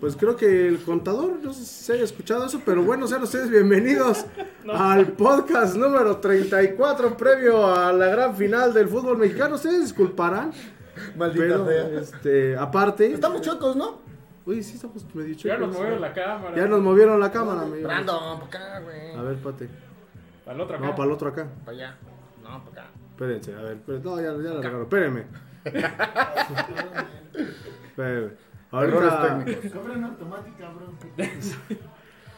Pues creo que el contador, no sé si se haya escuchado eso, pero bueno, sean ustedes bienvenidos al podcast número 34 previo a la gran final del fútbol mexicano. Ustedes disculparán, Maldita pero sea. este, aparte... Estamos chocos, ¿no? Uy, sí estamos medio Ya nos chuecos. movieron la cámara. Ya nos movieron la cámara, amigo. Brandon, para acá, güey. A ver, pate. Para la otra No, para el otro acá. Para allá. No, para acá. Espérense, a ver, espérense. no, ya, ya la regalo, espérenme. espérenme. Ahorita, Errores técnicos.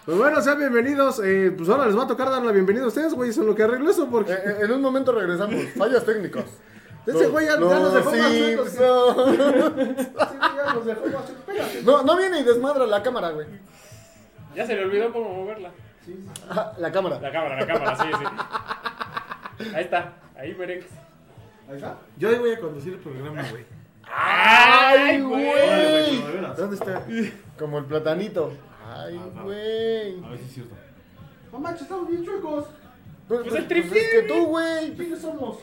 pues bueno, sean bienvenidos. eh, pues ahora les va a tocar dar la bienvenida a ustedes, güey. Son lo que arreglo eso porque Eh, eh, en un momento regresamos. Fallas técnicas. ese güey ya, ya nos dejó más chuecos. Simpsons. Sí, güey, ya nos dejó más chuecos. Espérate. No, no viene y desmadra la cámara, güey. Ya se le olvidó cómo moverla. Ah, la cámara. La cámara, la cámara, sí, sí. Ahí está. Ahí merengues. Yo hoy voy a conducir el programa, güey. ¡Ay, Órale, güey! güey, de veras. ¿Dónde está? Como el platanito. ¡Ay, va. güey! A ver si es cierto. No manches, estamos bien chuecos. Pues, el es que tripié. tú, güey. ¿Quiénes somos?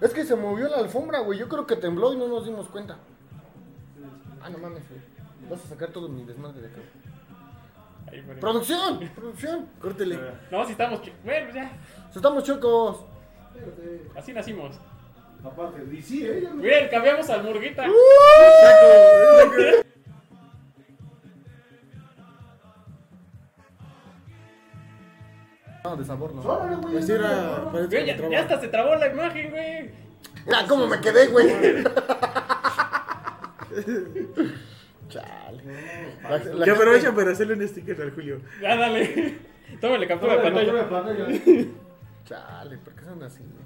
Es que se movió la alfombra, güey. Yo creo que tembló y no nos dimos cuenta. Ah, no mames, güey. Vas a sacar todo mi desmadre de acá. Ahí merengues. ¡Producción! ¡Producción! Córtele. No, si estamos. chi- Bueno, ya. ¡Estamos chocos! Espérate. Así nacimos. Aparte, y sí, eh, ya me- Miren, cambiamos al murguita. Uh, ¿eh? No, Ah, de sabor no. Órale, güey. Pues era. Güey, Parece que me ya, traba. ya hasta se trabó la imagen, güey. Mira Ah, cómo me quedé, güey. Chale. La- la- Qué aprovecha para hacerle un sticker al Julio. Ya, dale. Tómale captura de Toma la captura pantalla. de pantalla. Chale, ¿por qué son así? güey?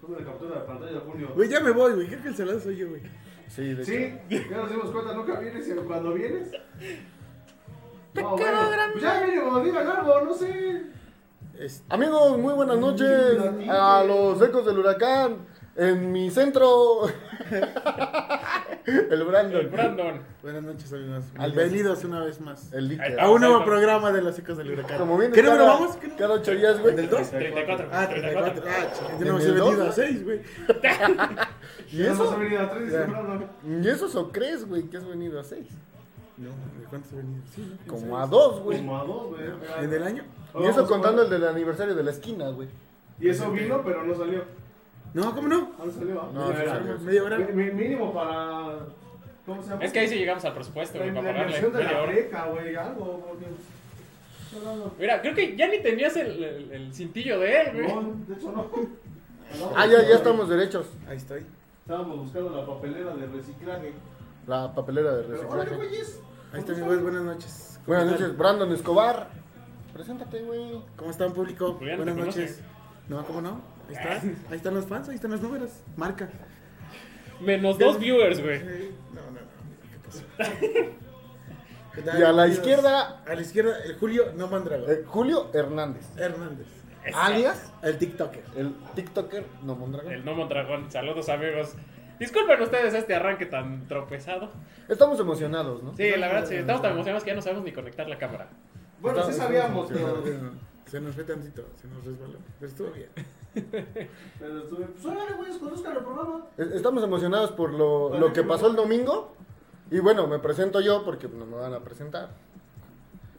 Toma la captura de pantalla, Julio. Güey, ya me voy, güey. Creo que el salado soy yo, güey. Sí, de Sí, ya nos dimos cuenta, nunca vienes y cuando vienes. No, bueno, pues ya mínimo, digan algo, no sé. Es- Amigos, muy buenas noches a los ecos del huracán en mi centro. El El Brandon. Brandon. Buenas noches, amigos. Adiós. Bienvenidos una vez más. El Dicker. A un nuevo programa de los chicos del huracán. Como bien ¿Qué número vamos? ¿Qué número? Cada ocho días, güey. ¿Del 2? 34. Ah, 34. Ah, ching, yo ¿En no me el he venido dos? a 6, güey. ¿Y Ya nos has eso? venido a tres temprano. ¿Y eso so crees, güey? Que has venido a seis. No, ¿de cuántos he venido? Sí, ¿no? Como a dos, güey. Como a dos, güey. ¿En el año? Y eso contando el del aniversario de la esquina, güey. Y eso vino, pero no salió. No, ¿cómo no? No salió, ¿ah? No, Media sí hora. salió. Media hora. Mi- mi- Mínimo para. ¿Cómo se llama? Es que ahí sí llegamos al presupuesto, La, güey, para la pagarle. inversión de media la hora. preca, güey, algo, porque. No, no, Mira, creo que ya ni tenías el, el- el cintillo de él, güey. no, de hecho no. Ah, ya, ya estamos derechos. Ahí estoy. Estábamos buscando la papelera de reciclaje. La papelera de Pero, órale, reciclaje. güeyes. Ahí está, amigos. Buenas noches. ¿Cómo Buenas están? noches, Brandon Escobar. Preséntate, güey. ¿Cómo están, público? Pues ya no te Buenas conoce. Ah. noches. No, ¿cómo no? Ahí está. Ahí están los fans, ahí están los números. Marca. Menos dos viewers, güey. No, no, no. ¿Qué pasó? ¿Qué tal, Y a la amigos? izquierda, A la izquierda, el Julio no mandrágora. eh, Julio Hernández. Hernández. Alias, El TikToker. el TikToker No El Mondragón. no Mondragón. Saludos, amigos. Disculpen ustedes este arranque tan tropezado. Estamos emocionados, ¿no? Sí, la verdad, sí, estamos tan emocionados que ya no sabemos ni conectar la cámara. Bueno, sí Estamos sabíamos, pero. emocionados. Se nos fue tantito, se nos resbaló. Pero estuvo bien. Pero estuve. Pues órale, güeyes, conozcan el programa. Eh, Estamos emocionados por lo, lo que pasó el domingo. Y bueno, me presento yo porque no me van a presentar.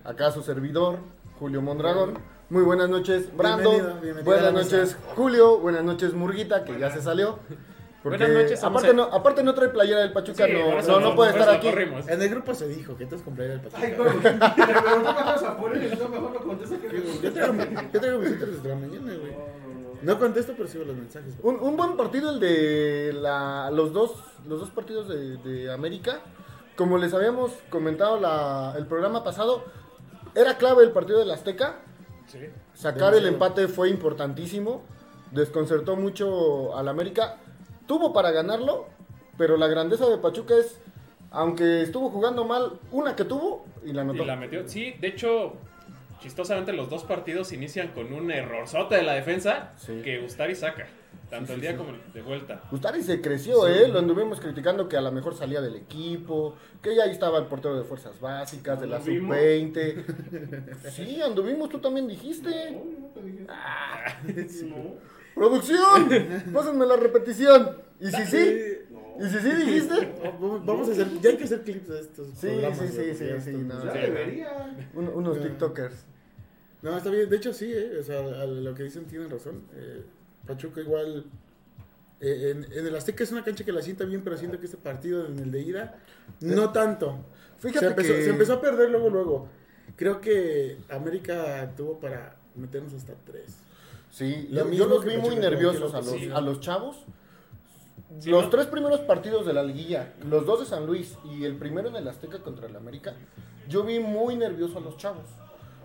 Acá su servidor, Julio Mondragón. Muy buenas noches, Brando. Bienvenido, bienvenido a buenas la mesa. noches, Julio. Buenas noches, Murguita, que ya se salió. Porque Buenas noches, aparte Once. no, aparte no trae playera del Pachuca, Sí, por no, eso no, no nos- puede por estar eso aquí. corrimos. En el grupo se dijo que todos comprarían el Ay, patrón. güey. Pero no me vas a poner el no mejor no contesta que Yo traigo, mi- yo traigo mis citas desde la mañana, güey. No contesto, pero sigo los mensajes. güey. Un, un buen partido el de la- los dos los dos partidos de, de América. Como les habíamos comentado la- el programa pasado, era clave el partido del Azteca. Sí. Sacar el Demasiado. empate fue importantísimo. Desconcertó mucho al América. Tuvo para ganarlo, pero la grandeza de Pachuca es, aunque estuvo jugando mal, una que tuvo y la anotó. Y la metió. Sí, de hecho, chistosamente los dos partidos inician con un errorzote de la defensa Sí. que Ustari saca. Tanto el día como el de vuelta. Ustari Pues se creció, ¿eh? Lo anduvimos criticando que a lo mejor salía del equipo, que ya ahí estaba el portero de fuerzas básicas, de la ¿Anduvimos? sub-20. Sí, anduvimos, tú también dijiste. Ah, No, no te dije. No. ¡Producción! Pásenme la repetición. Y si sí, Sí. No. Y si sí dijiste. Vamos vamos a hacer, ya hay que hacer clips de estos. Sí, programas, sí, sí, güey, sí, ya sí, estos- no. Ya Sí. deberían. un- unos TikTokers. No, está bien. De hecho, sí, eh, o sea, a lo que dicen tienen razón. Eh, Pachuca igual... eh, en, en el Azteca es una cancha que la sienta bien, pero siento que este partido en el de ida, no tanto. Eh, Fíjate se, empezó, que- se empezó a perder luego, luego. Creo que América tuvo para meternos hasta tres. Sí, Lo yo, yo mismo los que vi muy Pachuca, nerviosos a creo que los, sí. a los chavos. Sí, los ¿no? tres primeros partidos de la liguilla, los dos de San Luis y el primero en el Azteca contra el América, yo vi muy nervioso a los chavos.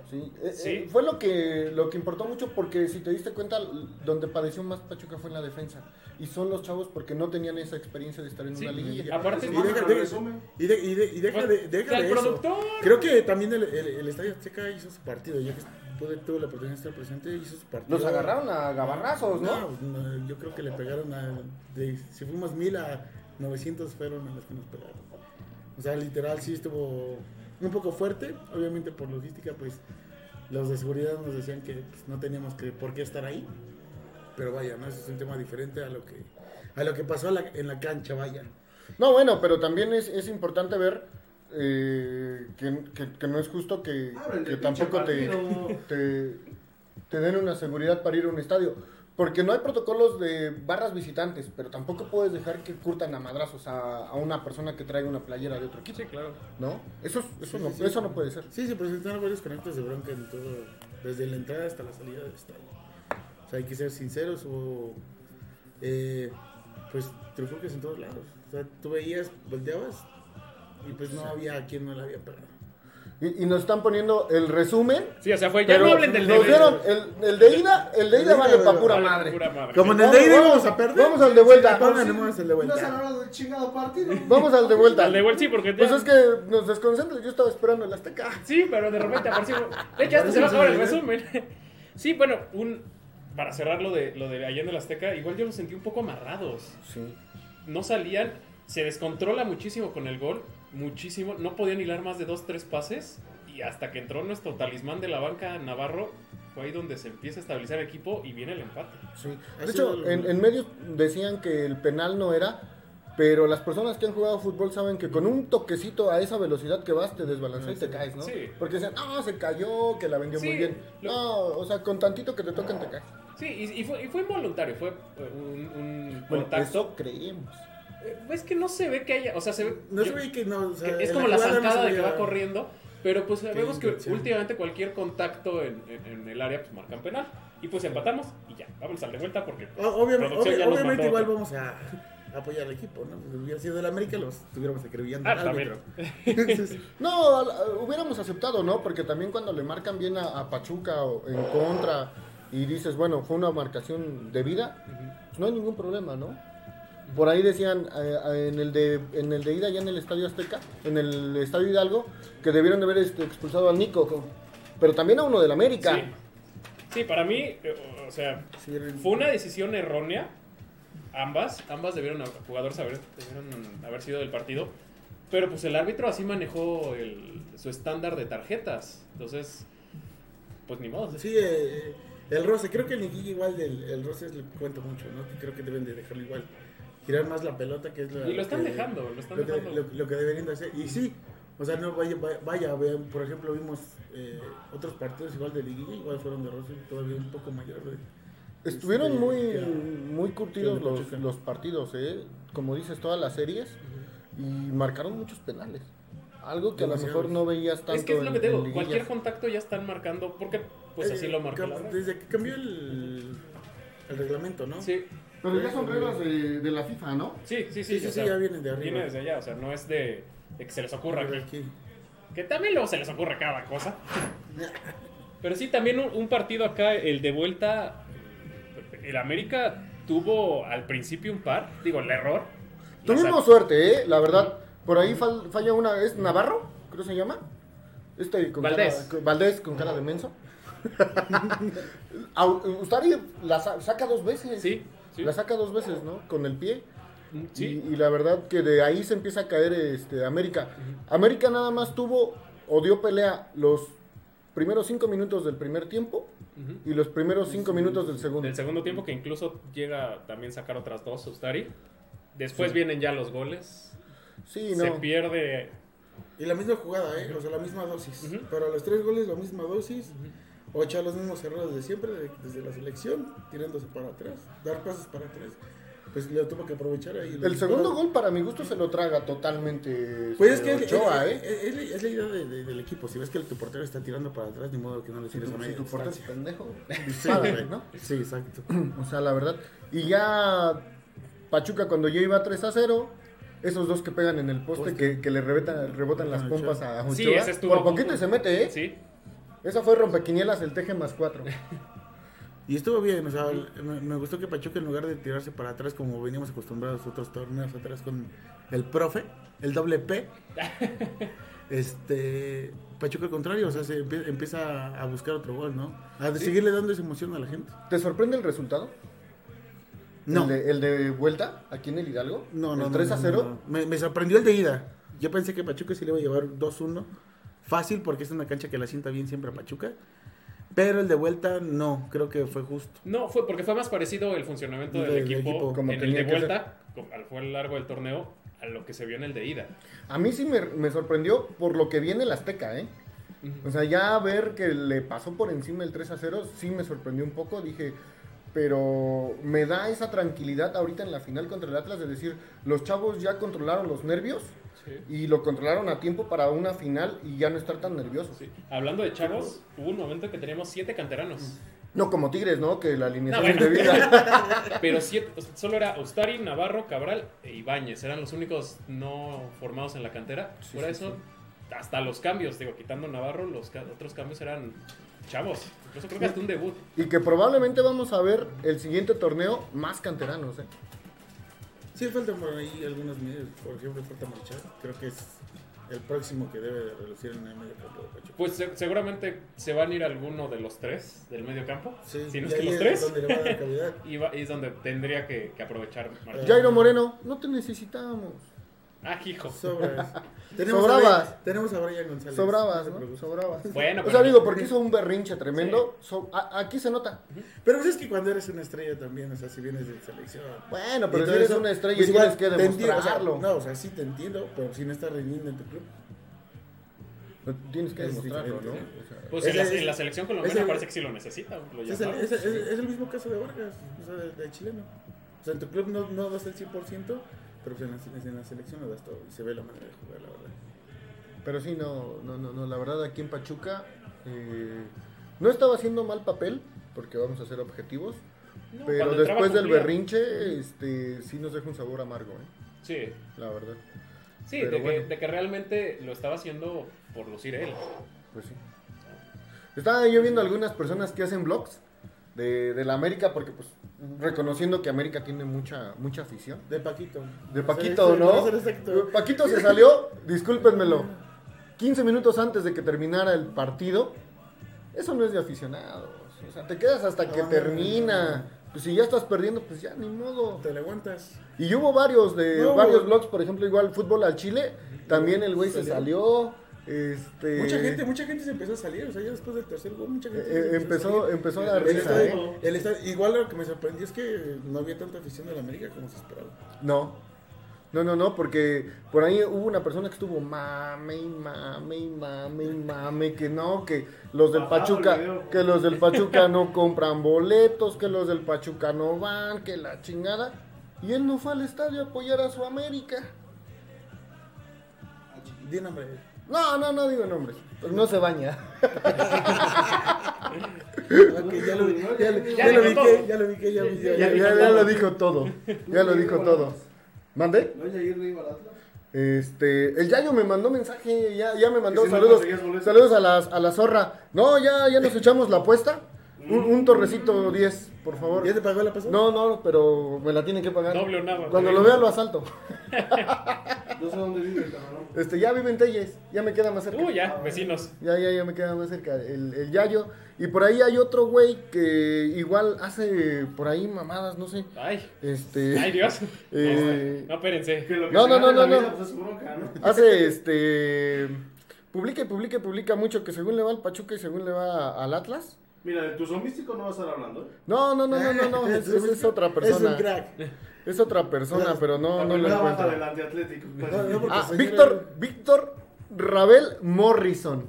Sí, eh, Sí. eh, fue lo que, lo que importó mucho porque si te diste cuenta, l- donde padeció más Pachuca fue en la defensa. Y son los chavos porque no tenían esa experiencia de estar en Sí. una liguilla. Aparte, Y deja, Bueno, deja- resumen. y de- y de- y deja de, deja Al de eso. productor. Creo que también el, el, el Estadio Azteca hizo su partido. Yo que pude, tuve la oportunidad de estar presente, hizo su partido. Los agarraron a gabarrazos, ¿no? No, no, yo creo que le pegaron a. de- si fuimos mil a 900 fueron a los que nos pegaron. O sea, literal, sí estuvo un poco fuerte. Obviamente, por logística, pues los de seguridad nos decían que pues, no teníamos que, por qué estar ahí. Pero vaya, ¿no? Eso es un tema diferente a lo que, a lo que pasó a la- en la cancha, vaya. No, bueno, pero también es, es importante ver eh, que, que- que no es justo que, Ábrele, que tampoco te, pinche te, te den una seguridad para ir a un estadio. Porque no hay protocolos de barras visitantes, pero tampoco puedes dejar que curtan a madrazos a, a una persona que traiga una playera de otro equipo, Sí, claro. ¿no? Eso, es- eso, Sí, no, sí, sí. eso no puede ser. Sí, se presentaron varios conectos de bronca en todo, desde la entrada hasta la salida del estadio. O sea, hay que ser sinceros, hubo, eh, pues, trifulcas en todos lados. O sea, tú veías, volteabas, y pues no había a quien no la había pegado. Y, y nos están poniendo el resumen. Sí, o sea, fue. Ya pero no hablen del nos de- dieron el, el de ida, el de El ida de vale ida, pa' pura vale, madre. pura madre. Como en el Vamos, de ida vamos, íbamos a perder. vamos al de vuelta. Pongan nomás el de Ah, No se vuelta. hablaron del chingado partido. Vamos al de vuelta. Al de igual sí, porque. Pues ya- es que nos desconcentra, yo estaba esperando el Azteca. Sí, pero de repente apareció. De hecho, hasta se va a acabar el resumen. Sí, bueno, un. Para cerrar lo de, lo de Allende el Azteca, igual yo los sentí un poco amarrados. Sí. No salían, se descontrola muchísimo con el gol, muchísimo. No podían hilar más de dos, tres pases. Y hasta que entró nuestro talismán de la banca, Navarro, fue ahí donde se empieza a estabilizar el equipo y viene el empate. De hecho, en, en medios decían que el penal no era, pero las personas que han jugado fútbol saben que con un toquecito a esa velocidad que vas te desbalanceas y te caes, ¿no? Sí. Porque decían, ah, se cayó, que la vendió Sí, muy bien. lo- No, o sea, con tantito que te tocan te caes. Sí, y, y fue, y fue involuntario, fue eh, un, un Bueno, contacto. eso creemos. Eh, Es que no se ve que haya. O sea, se ve. No se yo- ve que no, o sea, Que es en como la jugada no zancada se de que veía- va corriendo, pero pues sabemos que intención. últimamente cualquier contacto en, en- en el área pues marcan penal. Y pues empatamos y ya, vamos al de vuelta porque pues, O- Obviamente, producción obvi- ya nos Oh, obviamente mandó igual otro. vamos a apoyar al equipo, ¿no? Si hubiera sido del América, los estuviéramos acribillando Ah, al árbitro. Entonces, No, al- a- hubiéramos aceptado, ¿no? Porque también cuando le marcan bien a, a Pachuca o en contra y dices, bueno, fue una marcación de vida, pues no hay ningún problema, ¿no? Por ahí decían eh, eh, en el de en el de ida ya en el Estadio Azteca, en el Estadio Hidalgo, que debieron de haber este, expulsado al Nico, co- pero también a uno del América. Sí. Sí, para mí, eh, o- o sea, sí, era- fue una decisión errónea. Ambas, ambas debieron, a- jugadores haber, debieron haber sido del partido. Pero pues el árbitro así manejó el- su estándar de tarjetas. Entonces, pues ni modo. Sí, eh, eh, el roce, creo que el Niguilla igual del el roce es lo que cuenta mucho, ¿no? Creo que deben de dejarlo igual. Girar más la pelota que es la- Y lo están que- dejando, lo están lo que, dejando. lo- lo que deberían de hacer. Y sí, o sea, no vaya, vaya, vaya, vean, por ejemplo, vimos eh, otros partidos igual de liguilla, igual fueron de roce todavía un poco mayor. de- Estuvieron este, muy que- muy curtidos que el de los, Pachuca. los partidos, ¿eh? Como dices, todas las series y marcaron muchos penales. Algo que a lo Demasiados. mejor no veías tanto es que es lo en- que en tengo. liguillas. Cualquier contacto ya están marcando. Porque pues así Eh, lo marcó cam- la regla. Desde que cambió el, el reglamento, ¿no? Sí, Pero ya son reglas de, de la FIFA, ¿no? sí, sí. Sí, Sí, sí, o sí, sea, ya vienen de arriba. Viene desde allá, o sea, no es de, de que se les ocurra. Pero Que, aquí. que también luego se les ocurre cada cosa. Pero sí, también un, un partido acá, el de vuelta. El América tuvo al principio un par, digo, el error. La Tuvimos sac- suerte, ¿eh? La verdad. Por ahí fal- falla una. ¿Es Navarro? Creo que se llama. Este con Valdés. Cara, con- Valdés con cara de menso. Au- Ustari la sa- saca dos veces. Sí, sí. La saca dos veces, ¿no? Con el pie. Sí, Y, y la verdad que de ahí se empieza a caer este, América. América nada más tuvo o dio pelea los primeros cinco minutos del primer tiempo ujú. y los primeros cinco minutos del segundo. Del segundo tiempo que incluso llega a también sacar otras dos, Ustari. Después vienen ya los goles. Sí, Se no. pierde. Y la misma jugada, ¿eh? O sea, la misma dosis. Ujú. Para los tres goles, la misma dosis. O echar los mismos errores de siempre, de- desde la selección, tirándose para atrás, dar pasos para atrás. Pues le tuvo que aprovechar ahí. El segundo gol, para mi gusto, se lo traga totalmente Pues es este, que es, Ochoa, es- ¿eh? es- es la- es la idea de- de- del equipo. Si ves que el- tu portero está tirando para atrás, ni modo que no le Si tires a tu, si media tu portero es distancia. pendejo, Sí, párale, güey. ¿no? Sí, exacto. O sea, la verdad. Y ya Pachuca cuando ya iba 3 a 0, esos dos que pegan en el poste, que, que le rebetan- rebotan las Ochoa. pompas a Ochoa. Sí, ese estuvo por a punto. poquito y se mete, ¿eh? Sí. Esa fue rompequinielas el teje más 4. Y estuvo bien, o sea, el- me, me gustó que Pachuca en lugar de tirarse para atrás como veníamos acostumbrados a otros torneos atrás con el profe, el doble P, este, Pachuca al contrario, o sea, se empie- empieza a buscar otro gol, ¿no? A de- seguirle dando esa emoción a la gente. ¿Te sorprende el resultado? No, ¿El de, el de vuelta aquí en el Hidalgo? no, no. ¿El no, 3 a no, 0? no, no. Me, me sorprendió el de ida. Yo pensé que Pachuca sí le iba a llevar 2-1, fácil porque es una cancha que la sienta bien siempre a Pachuca, pero el de vuelta no, creo que fue justo. No, fue porque fue más parecido el funcionamiento del Del equipo, equipo, como en el tenía de que ser. vuelta, como- al fue a lo largo del torneo, a lo que se vio en el de ida. A mí sí me, me sorprendió por lo que viene el Azteca, ¿eh? O sea, ya ver que le pasó por encima el 3 a 0, sí me sorprendió un poco. Dije, pero me da esa tranquilidad ahorita en la final contra el Atlas de decir, los chavos ya controlaron los nervios y lo controlaron a tiempo para una final y ya no estar tan nerviosos. Sí. Hablando de chavos, hubo un momento que teníamos siete canteranos. No como Tigres, ¿no? Que la alineación No, bueno. de vida. Pero siete, o sea, solo era Ustari, Navarro, Cabral e Ibáñez. Eran los únicos no formados en la cantera. Por eso, hasta los cambios, digo, quitando Navarro, los ca- otros cambios eran chavos. Incluso creo que hasta un debut. y que probablemente vamos a ver el siguiente torneo más canteranos, ¿eh? Sí, faltan por ahí algunos medios, por ejemplo, falta marchar. Creo que es el próximo que debe de relucir en el medio campo de Pachuca. Pues se- seguramente se van a ir alguno de los tres del medio campo. si no y es que ahí los es tres. donde le va a dar calidad. Y va- y es donde tendría que, que aprovechar Martín. Jairo Moreno, no te necesitamos. Ah, hijo. Sobras. Tenemos Sobrabas. A Brian, tenemos a Brian González. Sobrabas, No te ¿no? preocupes. Sobrabas. Bueno, o sea, pero- digo, porque hizo un berrinche tremendo. so- a- aquí se nota. Pero pues es que cuando eres una estrella también, o sea, si vienes de selección. Bueno, y pero si todo eres eso, una estrella pues y tienes que te entiendo, o sea, demostrarlo. no, o sea, sí te entiendo, pero si no estás rindiendo en tu club. Tienes que Es demostrarlo, ¿no? diferente. O sea, Pues Ese en la, es- en la selección colombiana ese- parece que sí lo necesita. Lo Es el, llamaron. es, es- es el mismo caso de Vargas, o sea, de, de chileno. O sea, en tu club no, no das el 100%, pero pues en la, en la selección lo das todo y se ve la manera de jugar, la verdad. Pero sí, no, no, no, no, la verdad aquí en Pachuca eh, no estaba haciendo mal papel, porque vamos a hacer objetivos, No, pero cuando entraba después del cumplía. berrinche este, sí nos deja un sabor amargo, ¿eh? Sí, la verdad. sí Pero de, que, bueno. de que realmente lo estaba haciendo por lucir él. Pues sí. Estaba yo viendo algunas personas que hacen vlogs de, de la América, porque pues reconociendo que América tiene mucha, mucha afición. De Paquito. De Sí, Paquito, sí, ¿no? para ser exacto. Paquito se salió, discúlpenmelo, 15 minutos antes de que terminara el partido. Eso no es de aficionados. O sea, te quedas hasta que Ah. termina. Pues si ya estás perdiendo, pues ya ni modo. Te le aguantas. Y hubo varios de No, varios güey. blogs, por ejemplo, igual fútbol al Chile, también el güey se salió. Este Mucha gente, mucha gente se empezó a salir. O sea, ya después del tercer gol, mucha gente. Eh, eh, se empezó- a empezó ¿eh? la El risa, estadio- el estadio- igual lo que me sorprendió es que no había tanta afición de la América como se esperaba. No. No, no, no, porque por ahí hubo una persona que estuvo mame y mame y mame y mame, que no, que los del Bajado Pachuca, el video. que los del Pachuca no compran boletos, que los del Pachuca no van, que la chingada. Y él no fue al estadio a apoyar a su América. Di nombre. No, no, no digo nombres, pero no se baña. Ok, ya lo vi. Ya, lo- ya lo dijo vi todo. que, ya lo vi que, ya, vi- ya- Ya, ya- ya- ya lo dijo todo, ya lo Sí, dijo bueno. todo. ¿Mande? ¿No es Yair iba al Atlas? Este, el Yayo me mandó mensaje, ya, ya me mandó Que si no saludos, conseguías boleto. saludos a, las, a la zorra. No, ya, ya nos echamos la apuesta. Mm. Un, un torrecito 10, por favor. ¿Ya te pagó la pasada? No, no, pero me la tienen que pagar. Doble o nada. Cuando lo vea lo asalto. No sé dónde vive el camarón. Este, ya vive en Telles, ya me queda más cerca. Uh, ya, vecinos. Ya, ya, ya me queda más cerca el, el Yayo. Y por ahí hay otro güey que igual hace por ahí mamadas, no sé. Ay, Este, ay Dios. Eh, No, espérense. Que lo que No, se no, no, gana en no, la no. vida, pues, es bronca, ¿no? Hace este. Publica y publica y publica mucho que según le va al Pachuca y según le va al Atlas. Mira, de tu somístico no vas a estar hablando. ¿eh? No, no, no, no, no, no. Es, es- es otra Es un persona. crack. Es otra persona, pero no, La no lo primera baja del encuentro. antiatlético. No, no, porque Ah, se Víctor, Víctor Rabel Morrison.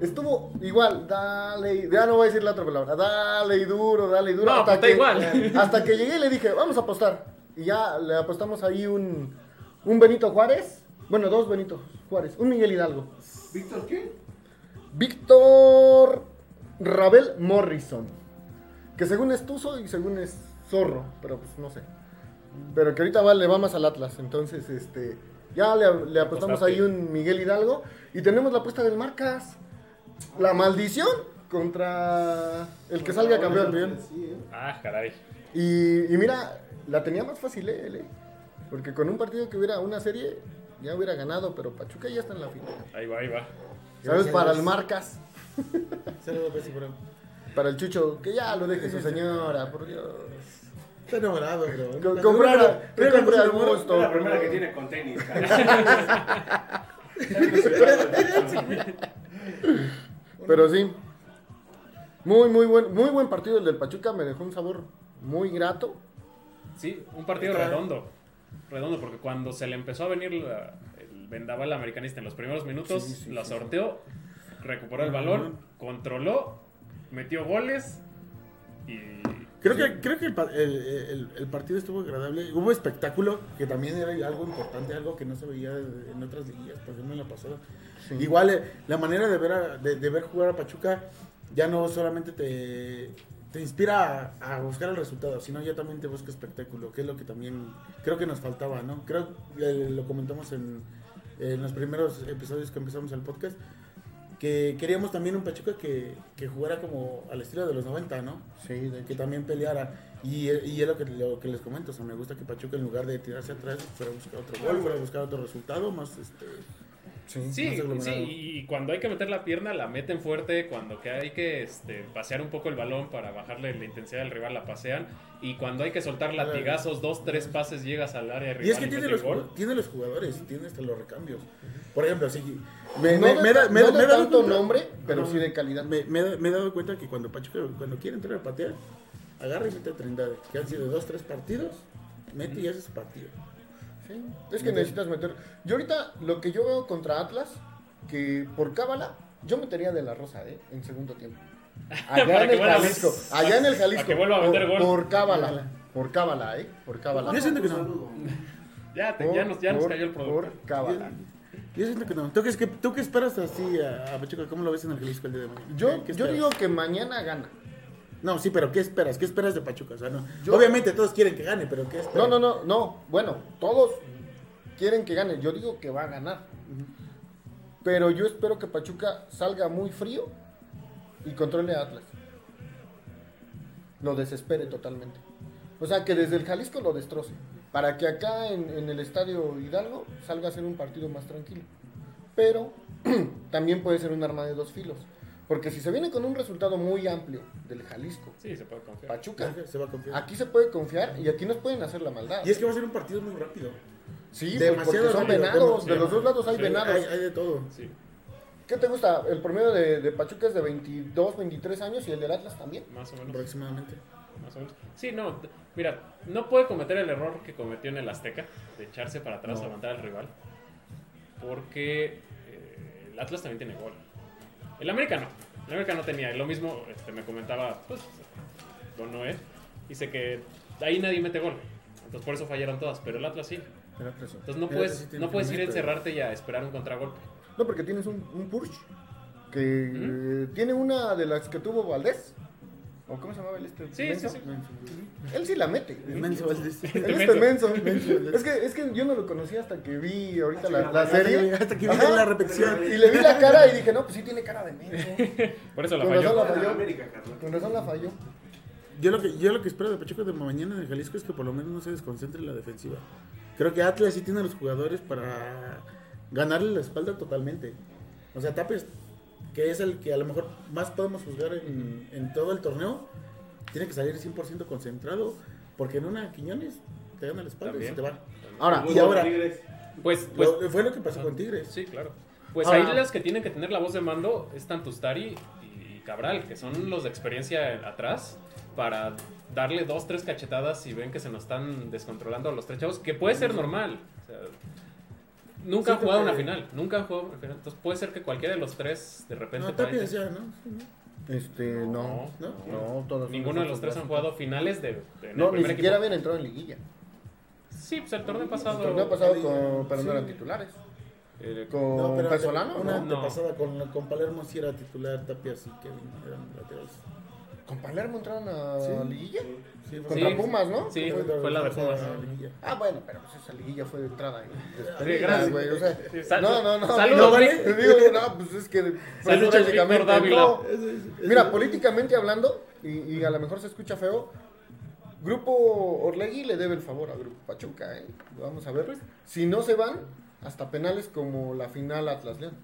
Estuvo igual, dale, y- ya no voy a decir la otra palabra, dale y duro, dale y duro. No, está que, igual. hasta que llegué y le dije, vamos a apostar. Y ya le apostamos ahí un, un Benito Juárez, bueno, dos Benito Juárez, un Miguel Hidalgo. ¿Víctor qué? Víctor Rabel Morrison. Que según es Tuzo y según es Zorro, pero pues no sé. Pero que ahorita va, le va más al Atlas. Entonces, este. Ya le, le apostamos Apostaste. ahí un Miguel Hidalgo. Y tenemos la apuesta del Marcas. La maldición contra el que salga campeón. Sí, ¿eh? Ah, caray. Y, y mira, la tenía más fácil ¿eh? él, ¿eh? Porque con un partido que hubiera una serie, ya hubiera ganado. Pero Pachuca ya está en la final. Ahí va, ahí va. ¿Sabes? Gracias. Para el Marcas. Saludos, Pepsi, bro. Para el Chucho, que ya lo deje su señora, por Dios. Está enamorado, bro. Co- comprar- Creo que comprar se al enamora- gusto. Es la primera que tiene con tenis, caray. Pero sí. Muy, muy buen, muy buen partido el del Pachuca, me dejó un sabor muy grato. Sí, un partido redondo. Redondo, porque cuando se le empezó a venir la- el vendaval americanista en los primeros minutos, Sí, sí, la sí, sorteó, recuperó el balón, controló, metió goles y. Creo que, creo que el, pa- el- el- el partido estuvo agradable. Hubo espectáculo, que también era algo importante, algo que no se veía en otras liguillas, por ejemplo en la pasada. Sí. Igual eh, la manera de ver, a- de, de ver jugar a Pachuca ya no solamente te, te inspira a, a buscar el resultado, sino ya también te busca espectáculo, que es lo que también creo que nos faltaba, ¿no? Creo que lo comentamos en, en los primeros episodios que empezamos el podcast, que queríamos también un Pachuca que, que jugara como al estilo de los 90, ¿no? Sí, de que también peleara. Y, y es lo que, lo que les comento, o sea, me gusta que Pachuca en lugar de tirarse atrás fuera a buscar otro gol, fuera a buscar otro resultado, más este... más Sí, sí, aglomerado. y y cuando hay que meter la pierna la meten fuerte, cuando que hay que este, pasear un poco el balón para bajarle la intensidad del rival la pasean, y cuando hay que soltar latigazos, dos, tres pases llegas al área rival Y es que y tiene mete el los, gol. tiene los jugadores, tiene hasta los recambios. Por ejemplo, así... Me, no me- de, me da- ta- me- no de me he dado tanto cuenta- nombre, pero Ajá. sí de calidad. Me, me he da- me he dado cuenta que cuando Pachuca, cuando quiere entrar a patear, agarra y mete a Trindade, que han sido dos, tres partidos, mete y hace su partido. Sí, es que necesitas meter. Yo ahorita lo que yo veo contra Atlas, que por cábala, yo metería de la rosa, ¿eh? En segundo tiempo. Allá Para en que el vuelva a- Jalisco. para- Allá en el para Jalisco. que vuelva a meter por, gol. por cábala. Por cábala, ¿eh? Por cábala. Yo siento que no. Ya, te- ya, nos, ya nos Por- cayó el producto. Por cábala. Yo siento que no. ¿Tú qué, tú qué esperas así a, a Pachuca? ¿Cómo lo ves en el Jalisco el día de mañana? Yo, ¿Qué yo esperas? digo que mañana gana. No, sí, pero ¿qué esperas? ¿Qué esperas de Pachuca? O sea, no. Yo- Obviamente todos quieren que gane, pero ¿qué No, esperas? no, no, no. Bueno, todos quieren que gane. Yo digo que va a ganar. Pero yo espero que Pachuca salga muy frío y controle a Atlas. Lo desespere totalmente. O sea, que desde el Jalisco lo destroce. Para que acá en, en el estadio Hidalgo salga a ser un partido más tranquilo. Pero también puede ser un arma de dos filos. Porque si se viene con un resultado muy amplio del Jalisco, Sí, se puede confiar. Pachuca, Se va a confiar. aquí se puede confiar y aquí nos pueden hacer la maldad. Y es que va a ser un partido muy rápido. Sí, pues, Demasiado porque son rápido, venados. demasiado. De los dos lados hay Sí, venados. Hay, hay de todo. Sí. ¿Qué te gusta? El promedio de, de Pachuca es de 22, 23 años y el del Atlas también. Más o menos. Aproximadamente. Más o menos. Sí, no, t- mira, no puede cometer el error que cometió en el Azteca, de echarse para atrás a aguantar al rival, porque eh, el Atlas también tiene gol. El América no, el América no tenía, lo mismo este, me comentaba, pues, Don Noé, dice que ahí nadie mete gol, entonces por eso fallaron todas, pero el Atlas sí. Entonces no El puedes, Atlas sí tiene no puedes ir a infinito. encerrarte y a esperar un contragolpe. No, porque tienes un, un Purge. Que eh, tiene una de las que tuvo Valdés. ¿O cómo se llamaba el este? Sí, sí, ¿Menso? sí. Él sí la mete. El menso Valdés. Él es Menso. menso. Es que, es que yo no lo conocí hasta que vi ahorita la, la Hasta que- serie. Ah, Hasta que vi Ajá. la repetición. Y le vi la cara y dije, no, pues sí tiene cara de menso. Por eso la Con razón falló. la falló. América, Carlos. Con razón la falló. Yo lo, que, yo lo que espero de Pachuca de mañana en el Jalisco es que por lo menos no se desconcentre en la defensiva. Creo que Atlas sí tiene los jugadores para ganarle la espalda totalmente. O sea, Tapes, que es el que a lo mejor más podemos juzgar en, en todo el torneo, tiene que salir 100% concentrado, porque en una Quiñones te gana la espalda También. y se te va. Ahora, y ahora- Tigres. Pues, pues Lo- fue lo que pasó con Tigres. Sí, claro. Pues Ahora- ahí las que tienen que tener la voz de mando es tanto Stari y Cabral, que son los de experiencia atrás, para darle dos, tres cachetadas si ven que se nos están descontrolando a los tres chavos, que puede ser normal. o sea, nunca han Sí, jugado una porque- final, nunca han jugado una final. Entonces puede ser que cualquiera de los tres de repente... No, por ahí Tapia te- ya, ¿no? Sí, Este, no. No, ¿No? No, todas Ninguno de los tres han jugado finales de... de- en el No, ni primer siquiera equipo. habían entrado en liguilla. Sí, pues el torneo El pasado... torneo pasado Liguilla. con, pero Sí. no eran titulares. eh, Con No, pero Pesolano, una ¿no? No. antepasada con, con Palermo sí era titular, Tapia sí, Kevin eran laterales. Con Palermo entraron a Sí. liguilla. Sí, fue- Contra Sí. Pumas, ¿no? Sí, fue la de pasada Pumas. liguilla. Ah, bueno, pero pues esa liguilla fue de entrada. y despedida, Sí, gracias. güey, o sea, Sal- no, no, no. Saludos, no, Vic. Te digo, no, pues es que. Saludos, políticamente, Víctor Dávila. no. Mira, políticamente hablando, y, y a lo mejor se escucha feo, Grupo Orlegui le debe el favor a Grupo Pachuca, ¿eh? Vamos a ver. Pues, si no se van, hasta penales como la final Atlas León.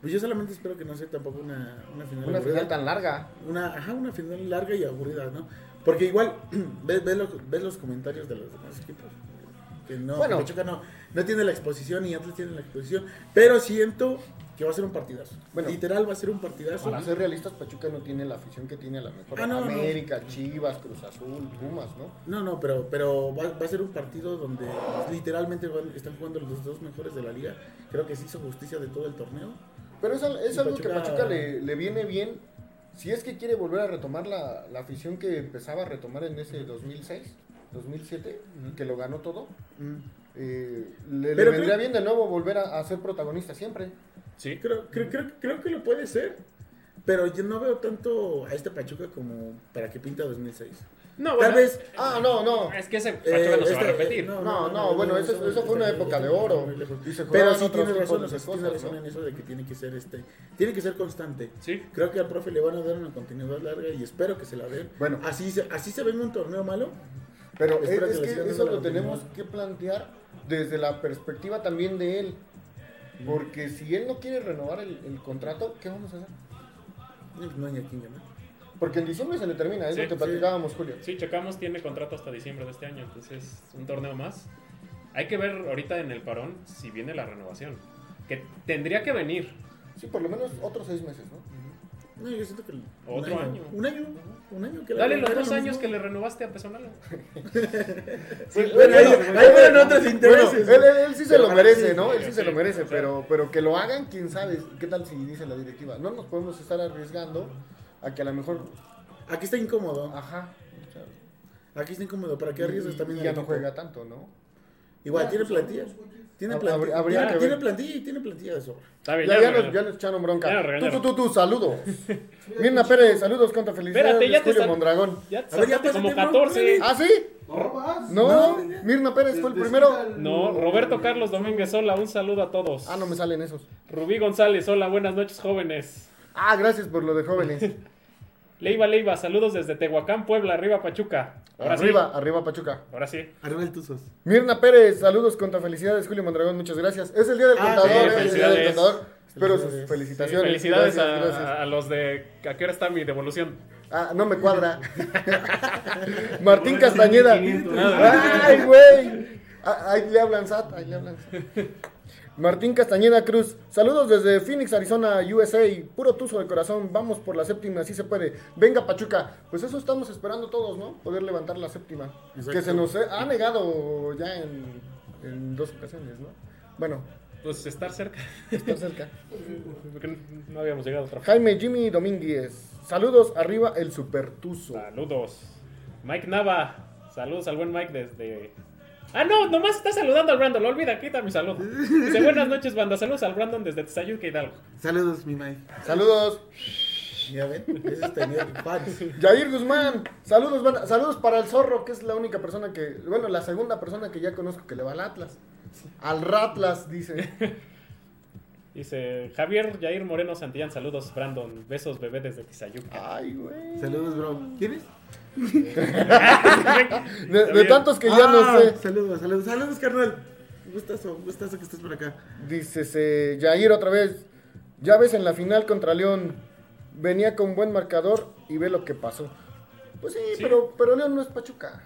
Pues yo solamente espero que no sea tampoco una, una final Una aburrida. final tan larga. una, ajá, una final larga y aburrida, ¿no? Porque igual ves, ves, los, ves los comentarios de los demás equipos. Que no, Bueno. Pachuca no, no tiene la exposición y Atlas tiene la exposición. Pero siento que va a ser un partidazo. Bueno. Literal va a ser un partidazo. Para ser realistas, Pachuca no tiene la afición que tiene a la mejor Ah, no, no. América, Chivas, Cruz Azul, Pumas, ¿no? No, no, pero, pero va, va a ser un partido donde literalmente van- están jugando los dos mejores de la liga. Creo que se hizo justicia de todo el torneo. Pero es, al- es Y algo que Pachuca- Pachuca le, le viene bien. Si es que quiere volver a retomar la, la afición que empezaba a retomar en ese 2006, 2007, que lo ganó todo, eh, le, le Pero vendría creo- bien de nuevo volver a, a ser protagonista siempre. Sí. Creo, creo, creo, creo que lo puede ser. Pero yo no veo tanto a este Pachuca como para que pinta 2006. No, Tal bueno, vez Ah, no, no. Es que ese Pachuca Eh, no se va a esta- repetir. No, no, bueno, eso- eso fue una época de oro. Y se Pero jugaban sí otros tiene tipos razón, de o sea, sí tiene cosas, razón ¿no? en eso de que tiene que ser este, tiene que ser constante. Sí. Creo que al profe le van a dar una continuidad larga y espero que se la den. Bueno. así se, así se venga un torneo malo. Pero es, Espero es que le que sigan eso dando lo la tenemos oportunidad. que plantear desde la perspectiva también de él. Porque si él no quiere renovar el, el contrato, ¿qué vamos a hacer? No hay a quién llamar. Porque en diciembre se le termina, es Sí, lo que sí. platicábamos, Julio. Sí, checamos, tiene contrato hasta diciembre de este año, entonces un torneo más. Hay que ver ahorita en el parón si viene la renovación, que tendría que venir. Sí, por lo menos otros seis meses, ¿no? No, yo siento que el- Otro un año. Un año, un año que la- Dale era los lo dos mismo. años que le renovaste a Pesonalo. Bueno, ahí- ahí fueron otros Bueno, intereses. él, él- él sí se lo Ojalá merece, sí. ¿no? Él sí se lo Sí, merece, claro. pero, pero que lo hagan, quién sabe. ¿Qué tal si dice la directiva? No nos podemos estar arriesgando a que a lo mejor, Aquí está incómodo. ajá, o sea, Aquí está incómodo. ¿Para qué arriesgas y- también? y al ya no equipo? juega tanto, ¿no? Igual, tiene plantilla. Tiene Hab- plantilla. habría tiene- que tiene ver. plantilla y tiene plantilla de sobra. Está bien, Ya, ya, ya, regañaron. nos, ya nos echaron Ya bronca. nos Tú, tú, regañaron. tú, tú, saludos. Mirna Pérez, saludos, canta felicidades. Espérate, ya te Julio sal- Mondragón. Ya te A ver, ya saltaste como pásate, 14. bro, ¿Ah, sí? No vas. No, Mirna Pérez fue el primero. No, Roberto Carlos Domínguez, hola, un saludo a todos. Ah, no me salen esos. Rubí González, hola, buenas noches, jóvenes. Ah, gracias por lo de jóvenes. Leiva Leiva, saludos desde Tehuacán, Puebla, arriba Pachuca. Ahora Arriba, arriba Pachuca. sí. Ahora sí. Arriba el Tuzos. Mirna Pérez, saludos, contra felicidades, Julio Mondragón, muchas gracias. Es el día del Ah, contador, sí, ¿eh? Es el día del felicidades. contador. Espero sus Felicidades. felicitaciones. Felicidades Gracias, a, gracias. a los de... ¿A qué hora está mi devolución? Ah, no me cuadra. Martín Castañeda. 500. Ay, güey. Ah, Ahí le hablan SAT, ahí le hablan SAT. Martín Castañeda Cruz, saludos desde Phoenix, Arizona, USA, puro tuzo de corazón, vamos por la séptima, así se puede. Venga Pachuca, pues eso estamos esperando todos, ¿no? Poder levantar la séptima, Exacto. que se nos ha ha negado ya en, en dos ocasiones, ¿no? Bueno, Pues estar cerca. está cerca. Porque no- no habíamos llegado a otra Jaime Jimmy Domínguez, saludos, arriba el supertuzo. Saludos. Mike Nava. Saludos al buen Mike desde. Ah, no, nomás está saludando al Brandon. Lo olvida, quita mi saludo. Dice buenas noches, banda. Saludos al Brandon desde Tizayuca Hidalgo. Saludos, mi Mike. Saludos. Ya ven, ese es tener fans. Jair Guzmán, saludos, banda. saludos para el zorro, que es la única persona que, bueno, la segunda persona que ya conozco que le va al Atlas. Al Ratlas, dice. Dice Javier Jair Moreno Santillán. Saludos, Brandon. Besos, bebé, desde Tizayuca. Ay, güey. Saludos, bro. ¿Quién es? De, de tantos que ya Ah, no sé. Saludos, saludos, saludos, carnal. Gustazo, gustazo que estés por acá. Dice Jair otra vez. Ya ves en la final contra León. Venía con buen marcador y ve lo que pasó. Pues sí, Pero, pero León no es Pachuca.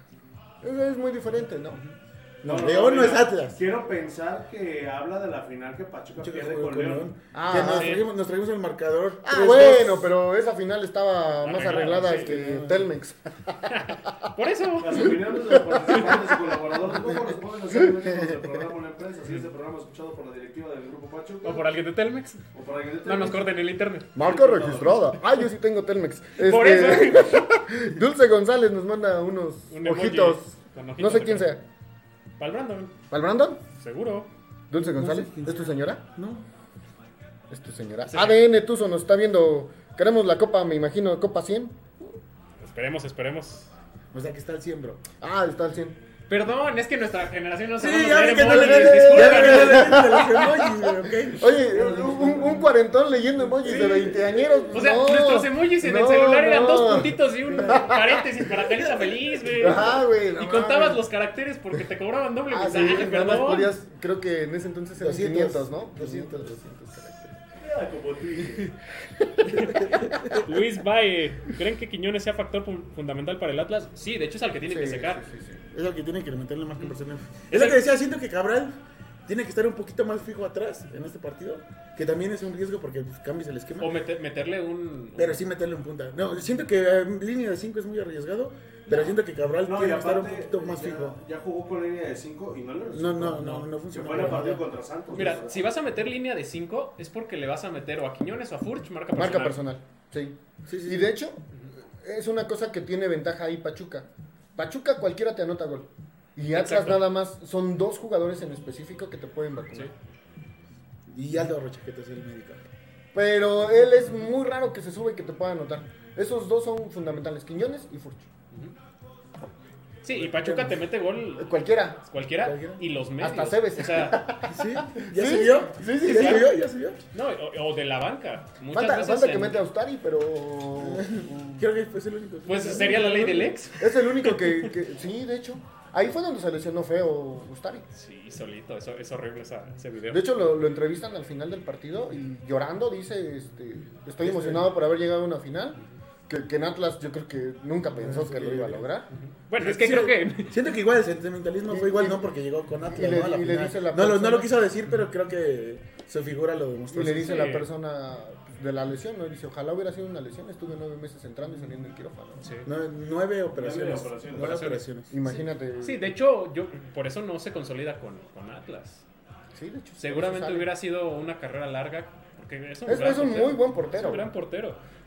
Es, es muy diferente, ¿no? No, León no es mira, Atlas. Quiero pensar que habla de la final que Pachuca Mucho que pierde juego con León. Ah, que nos, sí. trajimos, nos trajimos el marcador. Ah, 3-2. bueno, pero esa final estaba más Arreglada, arreglada sí. que Telmex. Ah, Por eso. Las opiniones de los participantes y colaboradores no corresponden necesariamente con el programa o la empresa. Si este programa es escuchado por la directiva del Grupo Pachuca O por alguien de Telmex. o por alguien de No nos Telmex, corten el internet. Marca registrada. Ah, yo sí tengo Telmex. Por Este, eso. Dulce González nos manda unos Un emoji ojitos. con No ojitos sé acá. quién sea. Pal Brandon, ¿Pal Brandon? seguro. Dulce González. quién ¿Es tu señora? No. Es tu señora. Sí. ADN Tuzo nos está viendo. Queremos la copa, me imagino, copa 100. Esperemos, esperemos. O sea que está el siembro. Ah, está al 100. Perdón, es que nuestra generación no Sí, sabe ya vi leer que no le emojis, debe. Ya vi que no discúlpanos. le debe de los emojis, güey, ¿ok? Oye, un, un cuarentón leyendo emojis de veinteañeros. O sea, no, nuestros emojis en el no, celular eran no. dos puntitos y un paréntesis para carita feliz, güey. Ajá, güey. Y no contabas mames. los caracteres porque te cobraban doble Ah, sí, mensaje, nada más perdón. podías, creo que en ese entonces eran 200, 500, ¿no? 200, 200 caracteres. queda como ti. Luis Valle, ¿creen que Quiñones sea factor fu- fundamental para el Atlas? Sí, de hecho es al que tiene que Sí, secar. sí, sí, sí. Es lo que tiene que meterle más conversación. Mm. Es lo que decía, siento que Cabral tiene que estar un poquito más fijo atrás en este partido, que también es un riesgo porque pues, cambias el esquema. O mete- meterle un. Pero sí meterle en punta. No, siento que eh, línea de 5 es muy arriesgado, pero siento que Cabral No, y tiene que estar aparte, un poquito más ya, fijo. ya jugó con línea de 5 y no le No, resultó. no, no, no Se funciona. fue en el partido contra Santos. Mira, ¿no? si vas a meter línea de 5, es porque le vas a meter o a Quiñones o a Furch, marca personal. Marca personal, sí. Sí, sí, Y sí. de hecho, es una cosa que tiene ventaja ahí Pachuca. Pachuca cualquiera te anota gol. Y Atlas Exacto. nada más son dos jugadores en específico que te pueden vacunar. Sí. Y Aldo Rochaqueta es el médico. Pero él es muy raro que se sube y que te pueda anotar. Esos dos son fundamentales, Quiñones y Furch. Sí, y Pachuca te mete Eh, gol Cualquiera. cualquiera Cualquiera. y los medios. Hasta Cebes. O sea, ¿Ah, ¿Sí? ¿Ya Sí, se vio? sí, sí, ¿Ya sí. se vio? ¿Ya se vio? no, o, o de la banca. Muchas Falta, veces. falta que en- mete a Ustari, pero... Creo que fue el único. que- Pues sería la ley del ex. Es el único que, que- Sí, de hecho. Ahí fue donde se lesionó feo Ustari. Sí, solito, eso es horrible esa- ese video. De hecho, lo, lo entrevistan al final del partido y llorando dice, este, estoy emocionado por haber llegado a una final, que, que en Atlas yo creo que nunca pensó que lo iba a lograr. bueno, es que Sí, creo que. Siento que igual el sentimentalismo fue igual, ¿no? Porque llegó con Atlas, y le- ¿no? A la y le final. dice la no, lo, no persona- lo quiso decir, pero creo que su figura lo demostró. Y le dice Sí. la persona pues, de la lesión, ¿no? Y dice, ojalá hubiera sido una lesión, estuve nueve meses entrando y saliendo del quirófano. Sí. Nueve, nueve operaciones. Nueve operaciones. operaciones. Imagínate. Sí, de hecho, yo por eso no se consolida con, con Atlas. Sí, de hecho, Seguramente sale. hubiera sido una carrera larga, porque es un, Es, gran es un portero. muy buen Es portero. un gran portero.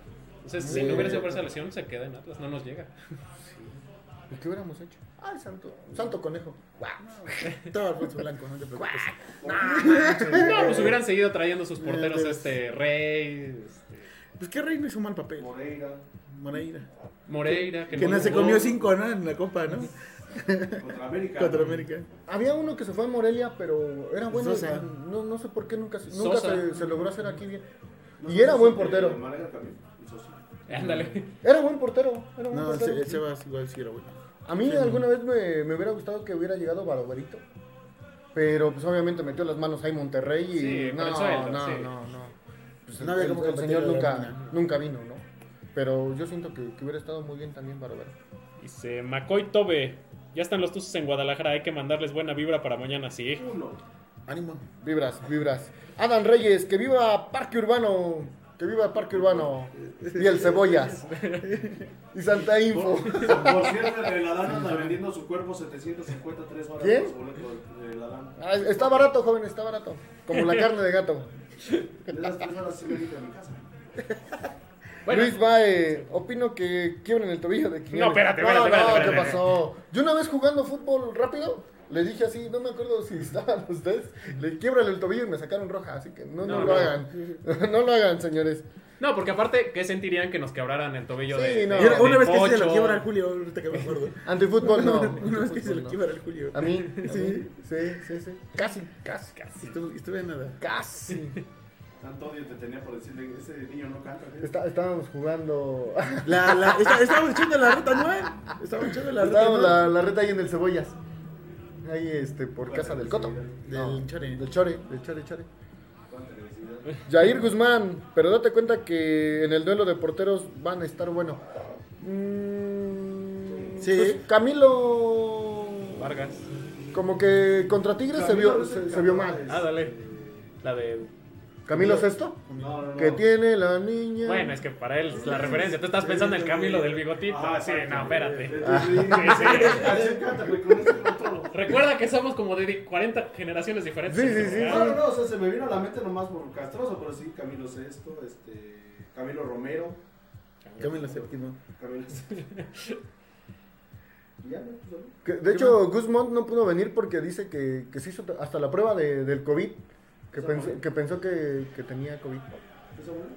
Entonces, si Muy no hubiera buen sido por portero. esa lesión, se queda en Atlas, no nos llega. ¿Y ¿Qué hubiéramos hecho? Ah, el santo, santo conejo. Todo el fútbol blanco, no te preocupes. No, pues hubieran seguido trayendo sus Mira, porteros, pero- este Rey, este, Pues qué rey no hizo mal papel. Moreira Moreira. Moreira. Que no se jugó. comió cinco, ¿no? En la copa, ¿no? contra América. Contra América. Había uno que se fue a Morelia, pero era bueno. Sosa. No, no sé por qué nunca, se- nunca Sosa. se, se logró hacer aquí bien. No, Y era no, buen sí, portero. eh, Málaga también, y Sosa. Ándale. Era buen portero. Era buen No, portero. Se- Sebas igual sí era bueno. A mí alguna vez me, me hubiera gustado que hubiera llegado Barbarito. Pero pues obviamente metió las manos ahí Monterrey y Sí, por no, el sueldo, no, sí. no, no. Pues No había el, como el competirle señor a la nunca, mina. nunca vino, ¿no? Pero yo siento que, que hubiera estado muy bien también Barbero. Dice Macoy Tobe. Ya están los tuzos en Guadalajara, hay que mandarles buena vibra para mañana, sí. Uno. Ánimo. Vibras, vibras. Adam Reyes, que viva Parque Urbano. Que viva Parque Urbano. Y el Cebollas. Y Santa Info. Por cierto, el Adán anda vendiendo su cuerpo 753 horas. ¿Quién? los boletos del Adán. Ah, Está barato, joven, está barato. Como la carne de gato. Le das tres horas y media a mi casa. Bueno, Luis Bae, opino que quiebren el tobillo de Quiñones. No, espérate, no, espérate, no, espérate, ¿qué espérate. pasó? Yo una vez jugando fútbol rápido, le dije así, no me acuerdo si estaban ustedes, le quiebran el tobillo y me sacaron roja, así que no, no, No, lo no. hagan. no lo hagan, señores. no, porque aparte, ¿qué sentirían que nos quebraran el tobillo Sí, de, no. de- Y una- una de vez que se Pocho? lo quiebra al Julio, ahorita que me acuerdo. Antifútbol no. Una vez que se Antifútbol, lo no. quiebra al Julio. A mí, Sí. sí, sí, sí, sí. Casi, casi, Y Estuve, estuve a nada. casi. Tanto odio te tenía por decirle ese niño no canta. ¿qué? Está- estábamos jugando. La, la, está- estábamos echando la ruta nueva. Estábamos echando la ruta estábamos nueva. la, la reta ahí en el Cebollas. Ahí, este, por Casa del Coto. Del No, Chore. Del Chore, del Chore, Chore. Con televisividad. Jair Guzmán, pero date cuenta que en el duelo de porteros van a estar bueno. Mm, Sí. pues, Camilo Vargas. Como que contra Tigres se vio, se, se vio mal. Ah, dale. La de. Camilo Sesto, No, no, no. que tiene la niña. Bueno, es que para él es la referencia. Tú estás pensando en el Camilo del bigotito. Ah, sí, exacto, no, güey. espérate. Ah, Sí, Ah, sí. Sí, sí. Acércate, güey, con este control. Recuerda que somos como de 40 generaciones diferentes. Sí, sí, sí. No, no, ¿verdad? no, o sea, se me vino a la mente nomás por Castroso, pero sí, Camilo Sesto, este, Camilo Romero, Camilo séptimo. Camilo Sesto. Y ya, ¿no? Pues, Que, de hecho, Guzmán no pudo venir porque dice que, que se hizo hasta la prueba de- del COVID, que, Esa pensó- madre. que pensó que, que tenía COVID. ¿eso bueno?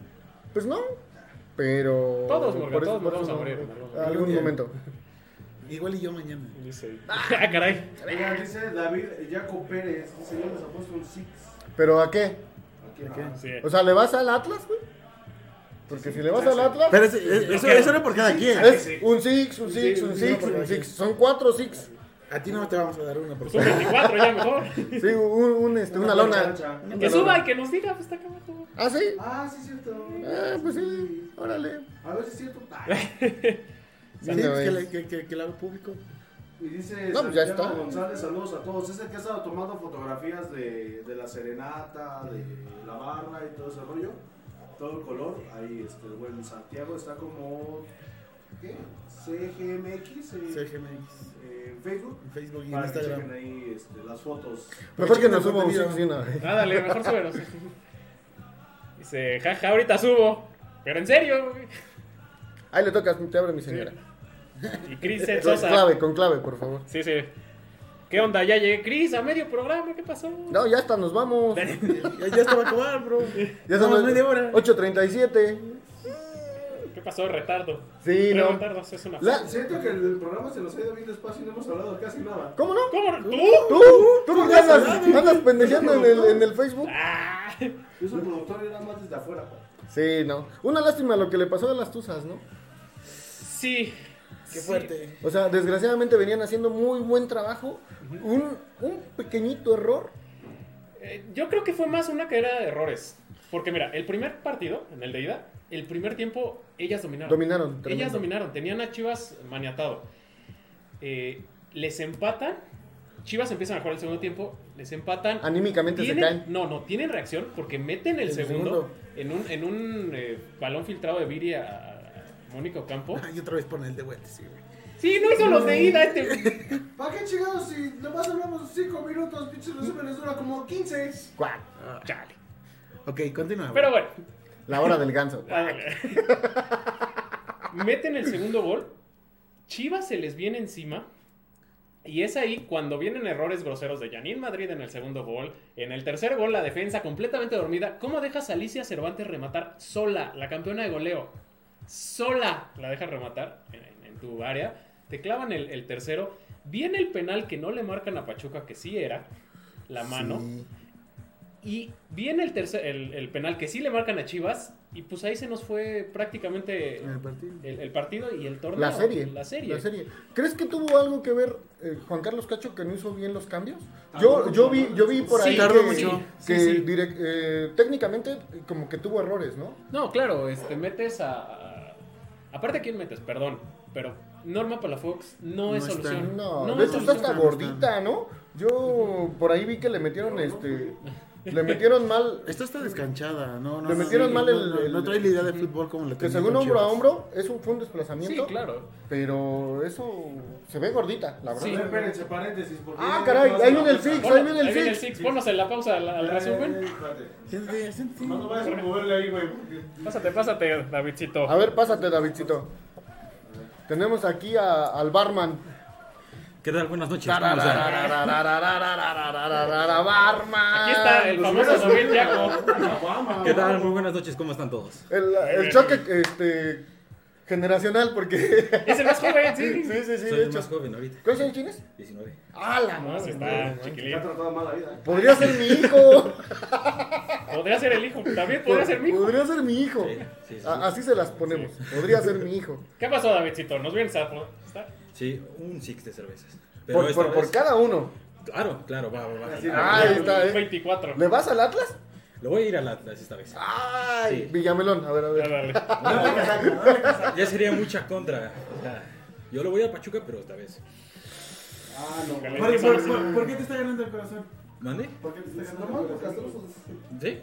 Pues no, pero... Todos, Morgan, por eso- todos por nos eso vamos a morir no- en algún Algún día. momento. Igual y yo mañana. Dice. Ah, caray. Oiga, dice David Jaco Pérez, dice, yo les apuesto un six. ¿Pero a qué? Aquí, ajá. Sí. O sea, ¿le vas al Atlas, güey? Porque si le vas al Atlas... Pero es- es- eso, eso era por cada quien. Es un six, un six, six, un un six, six, un un six. Son cuatro six. A ti no te vamos a dar una por Son 24 ya mejor. Sí, un, un, este, una lona. plancha. Que suba y que nos diga, pues está acá abajo. ¿Ah, sí? Ah, sí, es cierto. Ah, pues sí. Órale. A ver si es cierto. Ah. Sí, Ándale, pues, que, ves. la- que, que, que la hago público. Y dice No, pues ya Santiago está. González, saludos a todos. Es el que ha estado tomando fotografías de, de la serenata, de la barra y todo ese rollo. Todo el color. Ahí, este, bueno, Santiago está como. ¿Qué? CGMX. eh, CGMX. eh, en Facebook. En Facebook y en Para que chequen Instagram. ahí este, las fotos. Mejor que Chequen nos el suba un contenido. six de una vez. Ah, dale, mejor súbenos. Dice, jaja, ahorita subo. Pero en serio. güey. Ahí le tocas, te abre mi señora. Y Cris Con Sosa. clave, con clave, por favor. Sí, sí. ¿Qué onda? Ya llegué. Cris, a medio programa, ¿qué pasó? No, ya está, nos vamos. Ya, ya esto va a acabar, bro. Ya Nada más son media hora. 8.37. ¿Qué pasó? Retardo. Sí, Tres no. retardos, es una. La- Siento que el programa se nos ha ido bien despacio y no hemos hablado casi nada. ¿Cómo no? ¿Cómo? ¿Tú? ¿Tú? ¿Tú por qué andas, andas pendejeando en el, en el Facebook? Ah. Yo soy productor y era más desde afuera. pues. Sí, no. Una lástima lo que le pasó a las tuzas, ¿no? Sí. Qué Sí. fuerte. O sea, desgraciadamente venían haciendo muy buen trabajo. Un, un pequeñito error. Eh, Yo creo que fue más una caída de errores. Porque mira, el primer partido, en el de ida, el primer tiempo ellas dominaron. Dominaron. tremendo. ellas dominaron, tenían a Chivas maniatado. Eh, les empatan, Chivas empieza a mejorar el segundo tiempo, les empatan. Anímicamente Ah, se Tienen- caen. No, no, tienen reacción porque meten el, El segundo, en un, en un eh, balón filtrado de Viri a, a Mónica Ocampo. Ay, otra vez pone el de vuelta, sí, güey. Sí, no hizo los de ida este. ¿Para qué chingados si nomás hablamos 5 minutos, pinches resúmenes dura como 15? Cuac. Chale. Ok, continúa. Pero bueno, La hora del ganso. Meten el segundo gol. Chivas se les viene encima. Y es ahí cuando vienen errores groseros de Janine Madrid en el segundo gol. En el tercer gol, la defensa completamente dormida. ¿Cómo dejas a Alicia Cervantes rematar sola, la campeona de goleo? Sola la dejas rematar en, en- en tu área. Te clavan el, el tercero. Viene el penal que no le marcan a Pachuca, que sí era. La mano. Sí. Y viene el, tercer, el, el penal que sí le marcan a Chivas. Y pues ahí se nos fue prácticamente En el partido. el, el partido y el torneo. La serie. La serie. La serie. ¿Crees que tuvo algo que ver eh, Juan Carlos Cacho que no hizo bien los cambios? Ah, Yo, yo vi, yo vi por Sí, ahí tardó que, mucho. que Sí, sí. direc- eh, técnicamente eh, como que tuvo errores, ¿no? No, claro, este, metes a. a- Aparte, ¿quién metes? Perdón. Pero Norma Palafox no, No es está. solución. No, No de es hecho está solución. hasta gordita, ¿no? Yo por ahí vi que le metieron este, le metieron mal, Esta está descanchada, no, no. Le no, metieron no, mal no, el- no, el- no trae la idea de fútbol como la que tenía según con hombro a Chivas. hombro es un, fue un Sí, desplazamiento, claro. pero eso se ve gordita, la verdad. Sí. Espérense, paréntesis. porque- Ah, caray, ahí viene el six. Ponlo- ahí viene el Eh. six. Ponos en la pausa al, al resumen. Eh, Espérate. Siéntate, siéntate. No te vayas a moverle ahí, güey. porque- Pásate, pásate, Davidcito. A ver, pásate Davidcito. Tenemos aquí a- al barman. ¿Qué tal? Buenas noches. ¿Cómo están? Barman. Aquí está pues el famoso David Yaco. ¿Qué tal? Muy buenas noches. ¿Cómo están todos? El, el choque este, generacional, porque. Es el más joven, sí. sí, sí, sí, Soy de el hecho. más joven ahorita. ¿Cuántos años tienes? 19. ¡Ah, la No, sí madre! está Te ha chiquilín. tratado mal la vida. Podría ser mi hijo. Podría ser el hijo. También podría ser mi hijo. Podría ser mi hijo. Sí, sí, sí. A- así se las ponemos. Podría ser mi hijo. ¿Qué pasó, Davidcito? ¿Nos vienes a apostar? Sí, un six de cervezas. Pero Por, esta por, por vez- cada uno. Claro, claro, va, va, va. Ah, ahí está, eh. 24. ¿Le vas al Atlas? Lo voy a ir al Atlas esta vez. ¡Ay! Sí. Villamelón, a ver, a Ya, ver. Ah, dale. Ya sería mucha contra. O sea, yo lo voy a Pachuca, pero esta vez. Ah, no. Ojalá. Bueno, ¿Por, por- por- por qué te está ganando el corazón? ¿Mande? ¿Por qué te está no, ganando no, el no, corazón? castrosos. ¿Sí?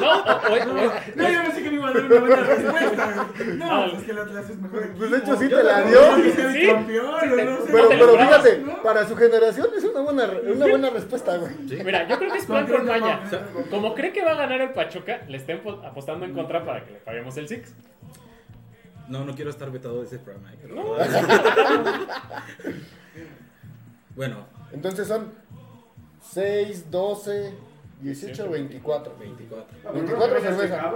No, o- o- o- No, yo pensé que me iba a dar una buena respuesta. güey. No, pues es que el Atlas es mejor. Pues de equipo. hecho sí Yo te la tampoco dio. creo que sea el Sí. campeón, Sí, o te- no sé. Pero, te pero lograbas, fíjate, ¿no? para su generación es una buena, una buena respuesta, güey. Mira, yo creo que es plan con Concreta, maña. concreta, concreta. Como cree que va a ganar el Pachuca, le estén po- apostando en contra para que le paguemos el Six. No, no quiero estar vetado de ese programa. eh, pero- bueno, Entonces son 6, 12, 18, 24. 24. 24 cerveza.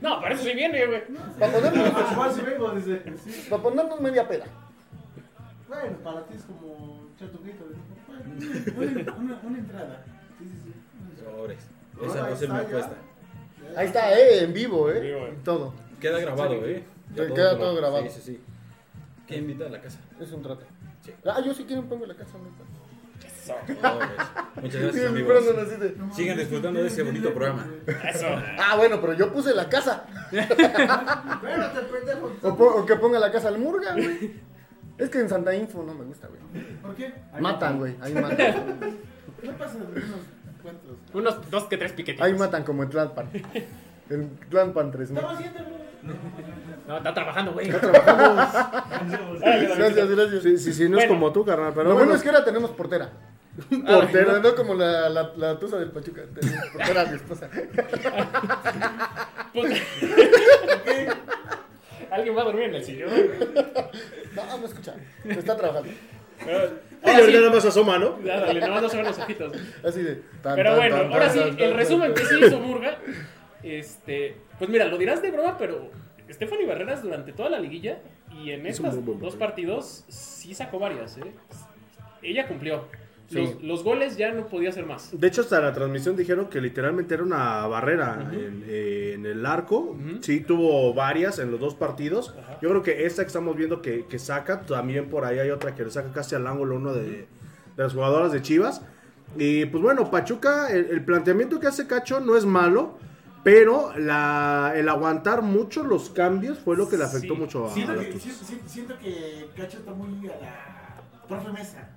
No, para eso sí viene, güey. Para ponernos, Igual si vengo, dice. Sí. para ponernos media peda. Bueno, para ti es como chato grito. Una, una- una entrada. Sobres. Esa va a ser mi apuesta. Ahí está, eh, en vivo, Sí, eh. güey. Todo. Queda grabado, ¿eh? Te queda todo grabado. Sí, sí, sí. ¿Quién invita a la casa? Es un trato. Sí. Ah, yo si quieren pongo la casa. ¿no? Eso. Sobres. Muchas Sí, gracias, el amigos. Brandon así de, Sigan disfrutando de ese bonito programa. Eso. Ah, bueno, pero yo puse la casa. Espérate, pendejo. O, po- o que ponga la casa al murga, güey. Es que en Santa Info no me gusta, güey. ¿Por qué? Matan, güey. Ahí matan. No pasa de unos cuantos. Unos dos que tres piquetitos. Ahí matan como en Tlalpan. En Tlalpan 3000. Estamos haciendo, güey. No, está trabajando, güey. Gracias, gracias. Sí, sí, sí, no es Bueno. como tú, carnal, pero Lo bueno. bueno es que ahora tenemos portera. Portera, no como la, la, la tusa del Pachuca. Tenemos portera mi esposa. Pues- Alguien va a dormir en el sillón. No, no escucha. Está trabajando. Y ahorita nada más asoma, ¿no? Ya, dale, nomás no se ven los ojitos. Así de. tan, Pero tan, bueno, tan, ahora tan, sí, tan, tan, el tan, tan. resumen que sí hizo Burga, este, pues mira, lo dirás de broma, pero Stephanie Barreras durante toda la liguilla y en Hizo un estos muy buen dos papel. partidos sí sacó varias, ¿eh? Ella cumplió. Sí. Los, los goles ya no podía hacer más. De hecho, hasta la transmisión dijeron que literalmente era una barrera en, eh, en el arco. Sí, tuvo varias en los dos partidos. Ajá. Yo creo que esta que estamos viendo que, que saca, también por ahí hay otra que le saca casi al ángulo uno de, de las jugadoras de Chivas. Y pues bueno, Pachuca, el, el planteamiento que hace Cacho no es malo, pero la, el aguantar mucho los cambios fue lo que le afectó Sí. mucho a, Siento a las que, Tuzas. siento, siento- siento que Cacho está muy a la profe Mesa.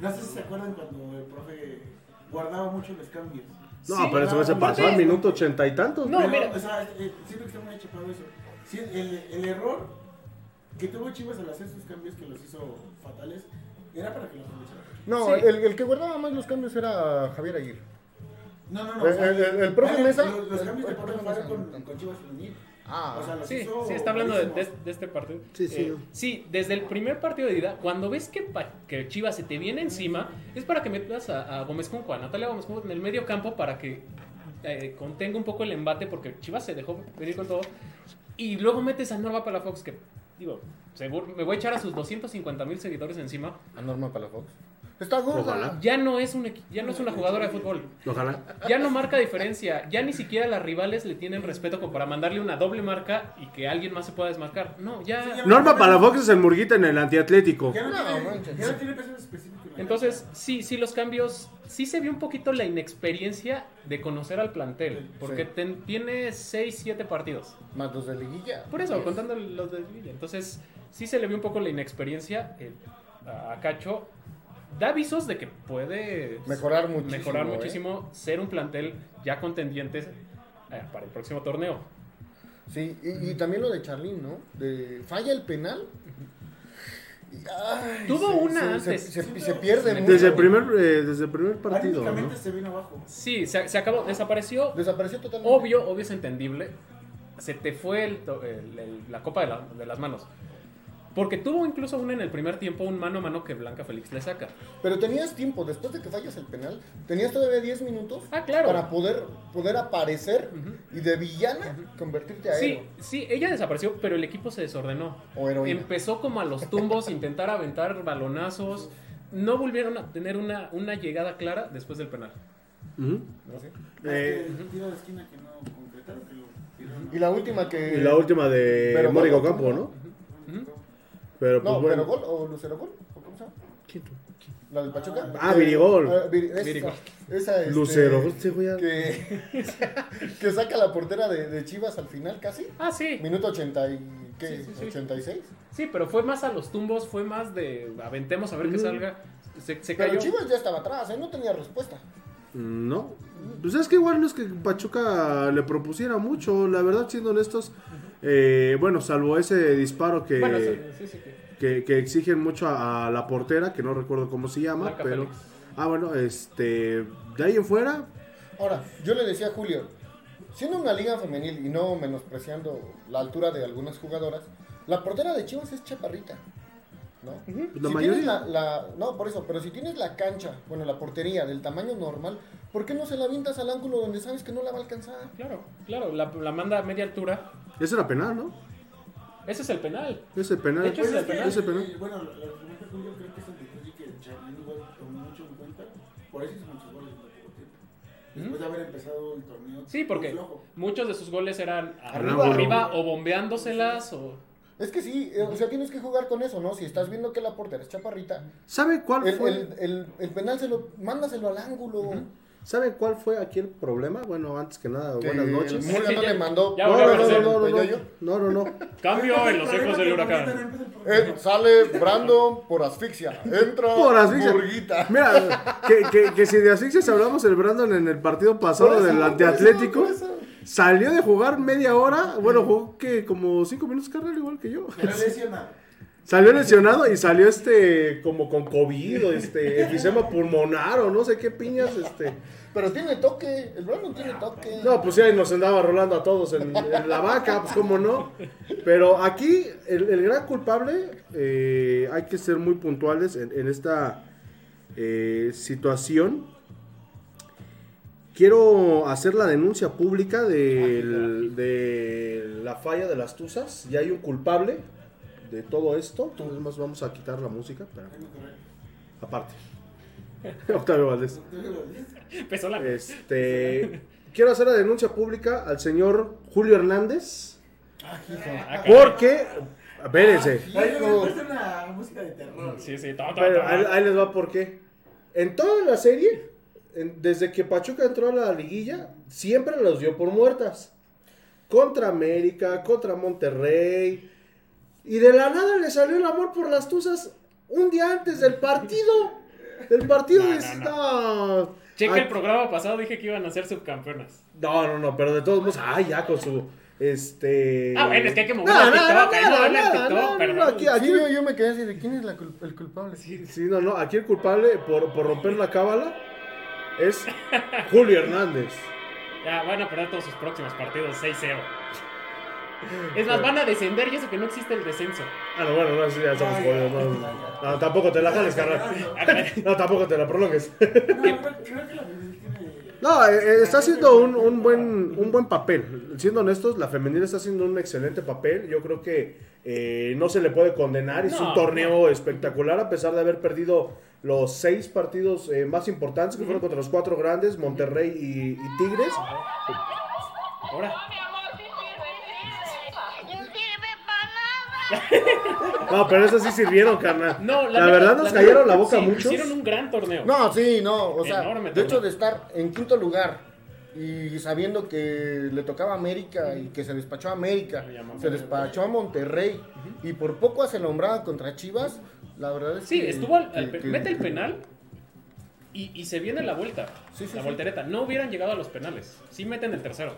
No sé si se acuerdan cuando el profe guardaba mucho los cambios. No, Sí, pero eso se aparte- pasó al minuto ochenta y tantos. No, Pero, mira. O sea, eh, siento que está muy hecho para eso. Sí, el, el error que tuvo Chivas al hacer sus cambios que los hizo fatales era para que los aprovechara. No, Sí. el, el que guardaba más los cambios era Javier Aguirre. No, no, no. El- el- el- el profe vaya, Mesa- Los, los cambios el- que el profe fueron fueron Mesa no con, tanto. con Chivas Femenil. Ah, O sea, los Sí, hizo sí, está hablando de, buenísimos. de- de este partido. Sí, sí. Eh, sí, desde el primer partido de ida, cuando ves que, pa- que Chivas se te viene encima, es para que metas a, a Gómez Junco, a Natalia Gómez Junco en el medio campo para que eh, contenga un poco el embate, porque Chivas se dejó venir con todo. Y luego metes a Norma Palafox, que, digo, seguro, me voy a echar a sus 250 mil seguidores encima. a Norma Palafox. Está gorda. Ojalá. Ya no, es un, equi- ya no es una jugadora de fútbol. Ojalá. Ya no marca diferencia. Ya ni siquiera las rivales le tienen respeto como para mandarle una doble marca y que alguien más se pueda desmarcar. No, Sí, ya Norma Palafox es el murguita en el antiatlético. Ya no, No, tiene, manches. ya no tiene peso específico. en la Entonces, sí, sí, los cambios. Sí se vio un poquito la inexperiencia de conocer al plantel. Porque Sí. ten- tiene 6, 7 partidos. Más los de liguilla. Por eso, contando los de Sevilla. Entonces, sí se le vio un poco la inexperiencia eh, a a Cacho. Da avisos de que puede Mejorar muchísimo. mejorar ¿eh? muchísimo, ser un plantel ya contendiente eh, para el próximo torneo. Sí, y, y también lo de Charlín, ¿no? De falla el penal. Y, ay, Tuvo una antes. Se, se- se pierde mucho. Desde el güey. primer, eh, desde el primer partido. Prácticamente ¿no? se vino abajo. Sí, se, se acabó, desapareció. Desapareció totalmente. Obvio, obvio es entendible. Se te fue el to- el- el- la copa de, la- de las manos. Porque tuvo incluso una en el primer tiempo, un mano a mano que Blanca Félix le saca. Pero tenías tiempo, después de que fallas el penal, tenías todavía 10 minutos Ah, claro. para poder, poder aparecer Ujú. y de villana convertirte a Sí, héroe sí, ella desapareció, pero el equipo se desordenó. o heroína. Empezó como a los tumbos, intentar aventar balonazos. No volvieron a tener una, una llegada clara después del penal. Ujú. Em- ¿no? Sí. Eh, Este tiro de esquina que no concretaron, que lo tiraron. Y la última que... y la última de Pero Mónica gol. Campo, ¿no? Ujú. Pero pues No, bueno. pero gol o Lucero gol, ¿o cómo se llama? ¿Quién tú? La del Pachuca. Ah, Virigol. Ah, Viri- esa, Virigol. esa, este, Lucero, este güey. Que, que saca la portera de, de Chivas al final casi. Ah, sí. Minuto 80 y ¿Qué? Sí, sí, sí. ¿86? Sí, pero fue más a los tumbos, fue más de aventemos a ver qué salga. Se, se Mm. Pero cayó. Chivas ya estaba atrás, ¿eh? no tenía respuesta. No. Pues es que igual no es que Pachuca le propusiera mucho. La verdad, siendo honestos, eh, bueno, salvo ese disparo que, Bueno, sí, sí, sí, que- que, que exigen mucho a, a la portera, que no recuerdo cómo se llama, Blanca pero. Félix. Ah, bueno, este. De ahí en fuera, Ahora, yo le decía a Julio, siendo una liga femenil y no menospreciando la altura de algunas jugadoras, la portera de Chivas es chaparrita, ¿no? Pues la si mayoría. tienes la, la- no, por eso, pero si tienes la cancha, bueno, la portería del tamaño normal, ¿por qué no se la avientas al ángulo donde sabes que no la va a alcanzar? Claro, claro, la, la manda a media altura. ese era penal, ¿no? Ese es el penal. Ese penal. De hecho, Pues ese es que, ese penal. eh, bueno, la la pregunta que yo creo que es el detalle que Charlín igual tomó mucho en cuenta. Por eso hizo muchos goles en poco tiempo. Después de ¿Mm? haber empezado el torneo. Sí, porque muy flojo. muchos de sus goles eran Arriba. arriba, arriba o bombeándoselas o... Es que sí, eh, o sea, tienes que jugar con eso, ¿no? Si estás viendo que la portera es chaparrita, ¿Sabe cuál el, fue? el- el- el penal se lo, mándaselo al ángulo. ¿Sabe cuál fue aquí el problema? Bueno, antes que nada, buenas Que noches. El Murga no ya- le mandó. ya No, volvió a no, no, aparecer no, no, el no, Peyoyo. no, no, no. Cambio en los Problema ojos que del ahorita no huracán. empieza el programa. Eh, sale Brando por asfixia. Entra Por asfixia. Burguita. Mira, que, que, que si de asfixias hablamos el Brandon en el partido pasado Por eso, del por antiatlético, eso, por eso. salió de jugar media hora, bueno, jugó que como cinco minutos carrera igual que yo. Era lesionado. Salió lesionado y salió este como con COVID o este enfisema pulmonar o no sé qué piñas este. Pero tiene toque. El Brandon tiene toque. No, pues ya nos andaba rolando a todos en, en la vaca, pues cómo no. Pero aquí el, el gran culpable, eh, hay que ser muy puntuales en, en esta eh, situación. Quiero hacer la denuncia pública del- de la falla de las Tuzas. Ya hay un culpable de todo esto. Entonces más vamos a quitar la música. espera. Aparte. Octavio Valdés. Empezó la... Este, quiero hacer la denuncia pública al señor Julio Hernández. Ah, caray. Ah, Porque, espérense, Ahí le puse una música de terror. Sí, sí, ta, ta, pero ta. ahí, ahí les va por qué. En toda la serie, en- desde que Pachuca entró a la liguilla, siempre los dio por muertas. Contra América, contra Monterrey. Y de la nada le salió el amor por las tuzas un día antes del partido. Del partido No, de no, esta- Checa Ay, el programa pasado, dije que iban a ser subcampeonas. No, no, no, pero de todos modos, ah, ya con su. Este. Ah, bueno, es que hay que mover No, al no, TikTok, no, hay que nada, moverle al nada, TikTok, no, no, perdón. no, aquí- aquí- Sí, yo, yo me quedé así de quién es la cul- el culpable. Sí, no, no, aquí el culpable por, por romper la cábala es Julio Hernández. Ya van a perder todos sus próximos partidos 6-0. Es más, van a descender y eso que no existe el descenso. Ah, no, bueno, no, eso ya estamos jodidos. No, no, no, tampoco te la jales, carnal. No, tampoco te la prolongues. No, creo- creo que la femenil tiene. No, eh, eh, está haciendo un, un buen, un buen papel. Siendo honestos, la femenina está haciendo un excelente papel. Yo creo que eh, no se le puede condenar. Hizo No, un torneo espectacular a pesar de haber perdido los seis partidos eh, más importantes que fueron contra los cuatro grandes, Monterrey y, y Tigres. Ahora, Mi amor, sí sirve. No sirve para nada. No, pero esas sí sirvieron, carnal. no, la, neta, verdad nos cayeron la neta, boca sí, muchos. Hicieron un gran torneo. No, sí, no. O sea, Enorme de hecho, torneo. de estar en quinto lugar y sabiendo que le tocaba a América y que se despachó a América, Le llamó se despachó a Monterrey y por poco se nombraba contra Chivas, la verdad es Sí, que. estuvo al, al que- pe- que- mete el penal y, y se viene la vuelta. Sí, sí, la sí. voltereta. No hubieran llegado a los penales. Sí meten el tercero.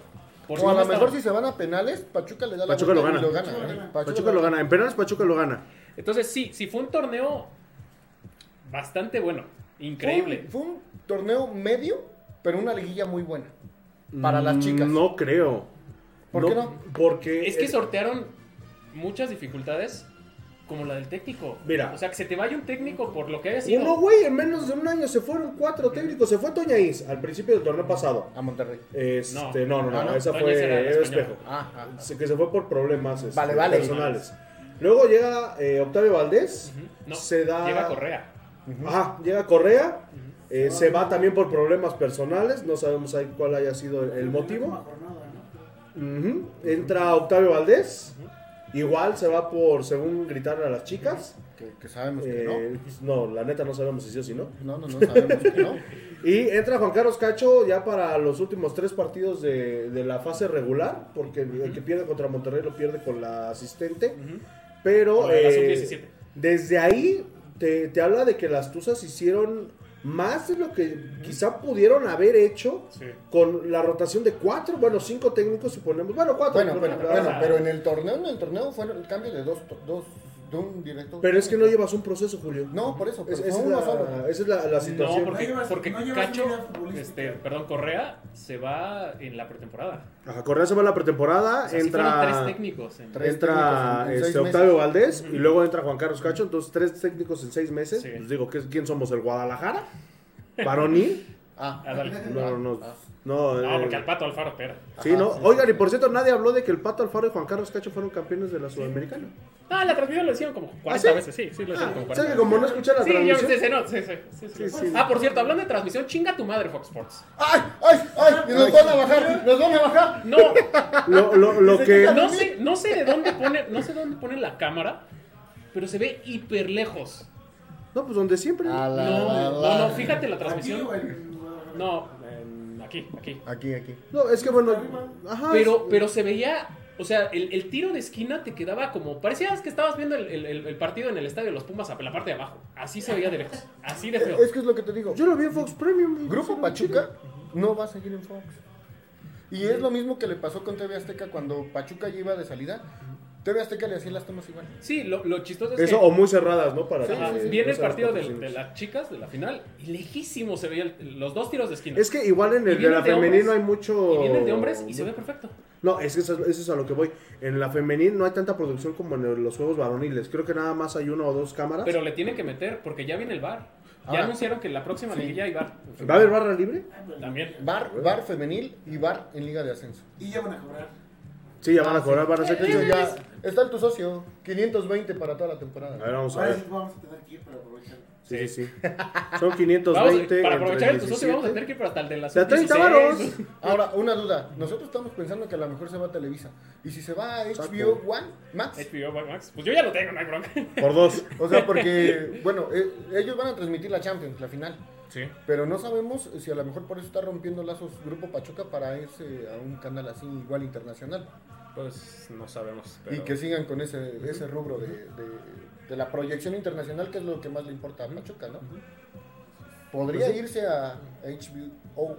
Por O a no lo mejor si estaban. se van a penales, Pachuca le da la Pachuca lo vuelta y gana. lo gana. ¿eh? Pachuca lo gana. En penales Pachuca lo gana. Entonces, sí, sí fue un torneo bastante bueno. Increíble. Fue un, fue un torneo medio, pero una liguilla muy buena. Para las Mm, chicas. No creo. ¿Por qué no? Porque... Es que eh, sortearon muchas dificultades como la del técnico. Mira. O sea, que se te vaya un técnico por lo que haya sido. Uno, güey, en menos de un año se fueron cuatro técnicos. Se fue Toña Is al principio del torneo pasado. A Monterrey. Este, no, no, no, Ah, no. esa Toña fue Is era Eva español. Espejo. Ah, ah, ah. Se- Que se fue por problemas este, Vale, vale. personales. Luego llega eh, Octavio Valdés. No, se da. llega Correa. Ajá, llega Correa. eh, se va también por problemas personales. No sabemos ahí cuál haya sido el, el motivo. Por nada, ¿no? Ujú. Entra Octavio Valdés. Igual se va por según gritaron a las chicas. Que, que sabemos que Eh, pues, no. la neta no sabemos si sí o si no. no. No, no, no sabemos que no. Y entra Juan Carlos Cacho ya para los últimos tres partidos de, de la fase regular, porque el que pierde contra Monterrey lo pierde con la asistente. Pero Con la eh, sub-17. desde ahí te, te habla de que las Tuzas hicieron más de lo que quizá pudieron haber hecho Sí. con la rotación de cuatro, bueno, cinco técnicos suponemos. Bueno, cuatro. Bueno, porque- bueno, ah, bueno, pero en el torneo, en el torneo fue el cambio de dos, dos, de un directo. pero es que no llevas un proceso, Julio. No, por eso, pero Es- fue esa es uno solo. la, Ah, esa es la- la situación. No, porque, No llevas- porque no llevas Cacho, una idea futbolística. este, perdón, Correa se va en la pretemporada. Ajá, Correa se va a la pretemporada, O sea, sí entra... fueron tres técnicos. en- Tres. técnicos Entra en- en seis este, meses. Octavio Valdés y luego entra Juan Carlos Cacho, entonces tres técnicos en seis meses. Sí. Pues digo, ¿qué- ¿quién somos? ¿El Guadalajara? ¿Varonil? Ah, Ah, dale. No, no, no. No, eh, porque al pato Ah, Alfaro, espera. Sí, no. Ajá, sí, Oigan, sí. y por cierto, nadie habló de que el Pato Alfaro y Juan Carlos Cacho fueron campeones de la Sudamericana. Ah, la transmisión lo hicieron como 40 ¿sí? veces, sí, sí, lo hicieron Ah, como 40 ¿Sabes que como no escuchan la Sí, yo transmisión? sí, sí, no, sí, sí, sí, sí. Sí, sí. Ah, por cierto, hablando de transmisión, chinga tu madre, Fox Sports. ¡Ay! ¡Ay! ¡Ay! ¡Nos van a bajar! ¡Nos van a bajar! No, Lo, lo- lo que. no sé, no sé de dónde ponen, no sé dónde ponen la cámara, pero se ve hiper lejos. No, pues donde siempre. A la- No, la- no, no, fíjate la Aquí, transmisión. güey, en Guadalajara. No, en- aquí, aquí. Aquí, aquí. No, es que bueno. Ajá. Pero, pero se veía, o sea, el, el tiro de esquina te quedaba como, parecías que estabas viendo el, el- el- el partido en el estadio de los Pumas, en la parte de abajo. Así se veía de lejos, así de feo. Es que es lo que te digo. Yo lo vi en Fox Premium. y- Grupo Pachuca no va a seguir en Fox. Y es lo mismo que le pasó con TV Azteca cuando Pachuca ya iba de salida. TV Azteca le hacía las tomas igual. Sí, lo, lo chistoso es que... Eso, o muy cerradas, ¿no? Para eh, Ajá, que- viene no el sean partido del- patrocinios. de, las chicas de la final y lejísimo se veía el- los dos tiros de esquina. Es que igual en el Y de viene la el de hombres, femenino hay mucho. y viene el de hombres y se ve perfecto. No, es que eso, eso es a lo que voy. En la femenil no hay tanta producción como en el- los juegos varoniles. Creo que nada más hay una o dos cámaras. Pero le tienen que meter porque ya viene el bar. Ya Ahora- anunciaron que la próxima Sí. liguilla hay bar. ¿Va a haber barra libre? También. Bar, bar femenil y bar en Liga de Ascenso. Y ya van a cobrar. Sí, ya van a cobrar, van a hacer Eso 15. ya está tu socio. 520 para toda la temporada. A ver, vamos a Ahora sí ver. vamos a tener que ir para aprovechar. Sí, sí, sí. Son Vamos a- 520. para entre aprovechar el socio 17. vamos a tener que ir hasta el de las De a 30 varos. Ahora, una duda. Nosotros estamos pensando que a lo mejor se va a Televisa. Y si se va a HBO One, Max. Eh. HBO Max. Pues yo ya lo tengo, no hay bronca. Por dos. O sea, porque, bueno, eh, ellos van a transmitir la Champions, la final. Sí. Pero no sabemos si a lo mejor por eso está rompiendo lazos Grupo Pachuca para irse a un canal así igual internacional. Pues no sabemos. Y que sigan con ese, ese rubro de, de- de la proyección internacional, que es lo que más le importa a Pachuca, ¿no? Podría irse a HBO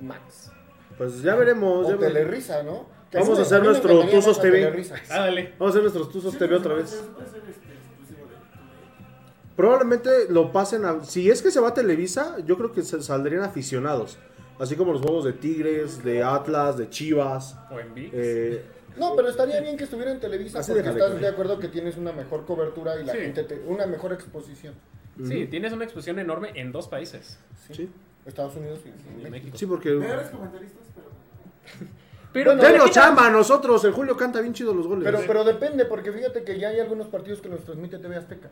Max. Pues ya veremos. O ya veremos. Telerisa, ¿no? Vamos mí a me- hacer mí me nuestro encantaría más Tuzos a TV. Telerisa. Ah, dale. Vamos a hacer nuestros tuzos TV Sí, otra vez. eso puede ser, este, exclusivo de- de- Probablemente lo pasen a... Si es que se va a Televisa, yo creo que se- saldrían aficionados. Así como los juegos de Tigres, de Atlas, de Chivas. O en VIX. Eh, No, pero estaría bien que estuviera en Televisa Así porque déjale, estás claro. de acuerdo que tienes una mejor cobertura y la Sí. gente te- una mejor exposición. Sí, tienes una exposición enorme en dos países. sí. Estados Unidos y, En México. México. Sí, porque... Mejores comentaristas, pero. Pero Bueno, no le Denos quitan- chamba a nosotros. El Julio canta bien chido los goles. Pero, pero depende, porque fíjate que ya hay algunos partidos que los transmite TV Azteca.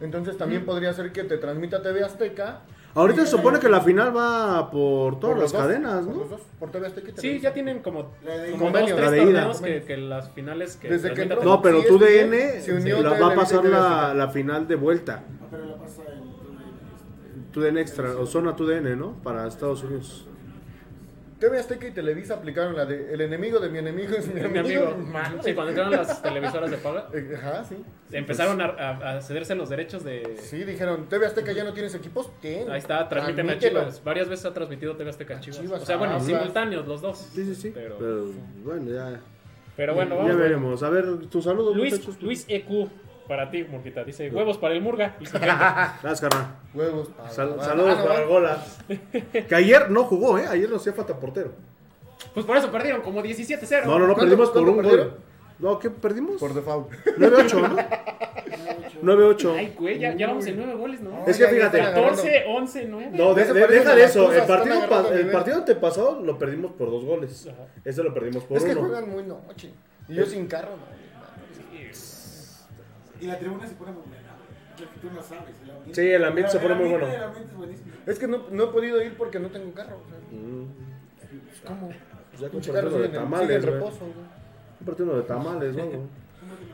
Entonces también podría ser que te transmita TV Azteca. Mm. Ahorita y- se supone que la final va por todas por las los dos, cadenas, Por, ¿no? los dos, por TV Azteca y Sí, Televisa. ya tienen como, La de- como dos, Convenio. tres La de ida. torneos que, que las finales que... Desde que transmiten- entró- No, pero Sí, tu sí, DN se unió la- va a TNT, pasar TNT. la, la final de vuelta. No, pero la pasa en todo el- este, Tu DN extra, o zona tu DN, ¿no? Para Estados Unidos. TV Azteca y Televisa aplicaron la de el enemigo de mi enemigo es mi Mi amigo. amigo. Sí, cuando entraron las televisoras de paga, Eh, Ajá, sí. pues. empezaron a, a- a cederse los derechos de... Sí, dijeron, TV Azteca ya no tienes equipos, ten. Ahí está, transmiten a Admítelo. Chivas. Varias veces ha transmitido TV Azteca a Chivas. Chivas, O sea, bueno, ah, simultáneos los dos. Sí, sí, sí. Pero, Pero, bueno, ya, pero bueno, ya vamos. veremos. A ver, tu saludo, muchachos. Luis, Luis EQ, para ti, Murguita. Dice, huevos para el Murga. Gracias, carnal. Huevos. para Sal- la- saludos Ah, no, para el Golas. Que ayer no jugó, ¿eh? Ayer no hacía falta portero. Pues por eso perdieron como 17-0. No, no, no, ¿Cuánto- perdimos por cuánto un gol. perdieron? No, ¿qué perdimos? Por default. 9-8, ¿no? 9-8. Ay, güey, ya, ya vamos en 9 goles, ¿no? Es que Ya, ya fíjate. están agarrando. 14, 11, 9. No, de- Eso de- parece deja que de las eso. Tuzas El partido, están agarrando pa- el nivel. partido antepasado lo perdimos por dos goles. Ajá. Este lo perdimos por Es que uno. juegan muy noche. Y yo sin carro, no. Y la tribuna se pone muy buena. güey. Tú no sabes. El ambiente, Sí, el ambiente se pone muy bueno. El ambiente es buenísimo. Es que no, no he podido ir porque no tengo carro. o sea, Mm, ¿Cómo? pues ya Pinche compré carro uno de sigue en, sigue en tamales, güey. reposo, güey. Compré uno de tamales, ¿no? güey?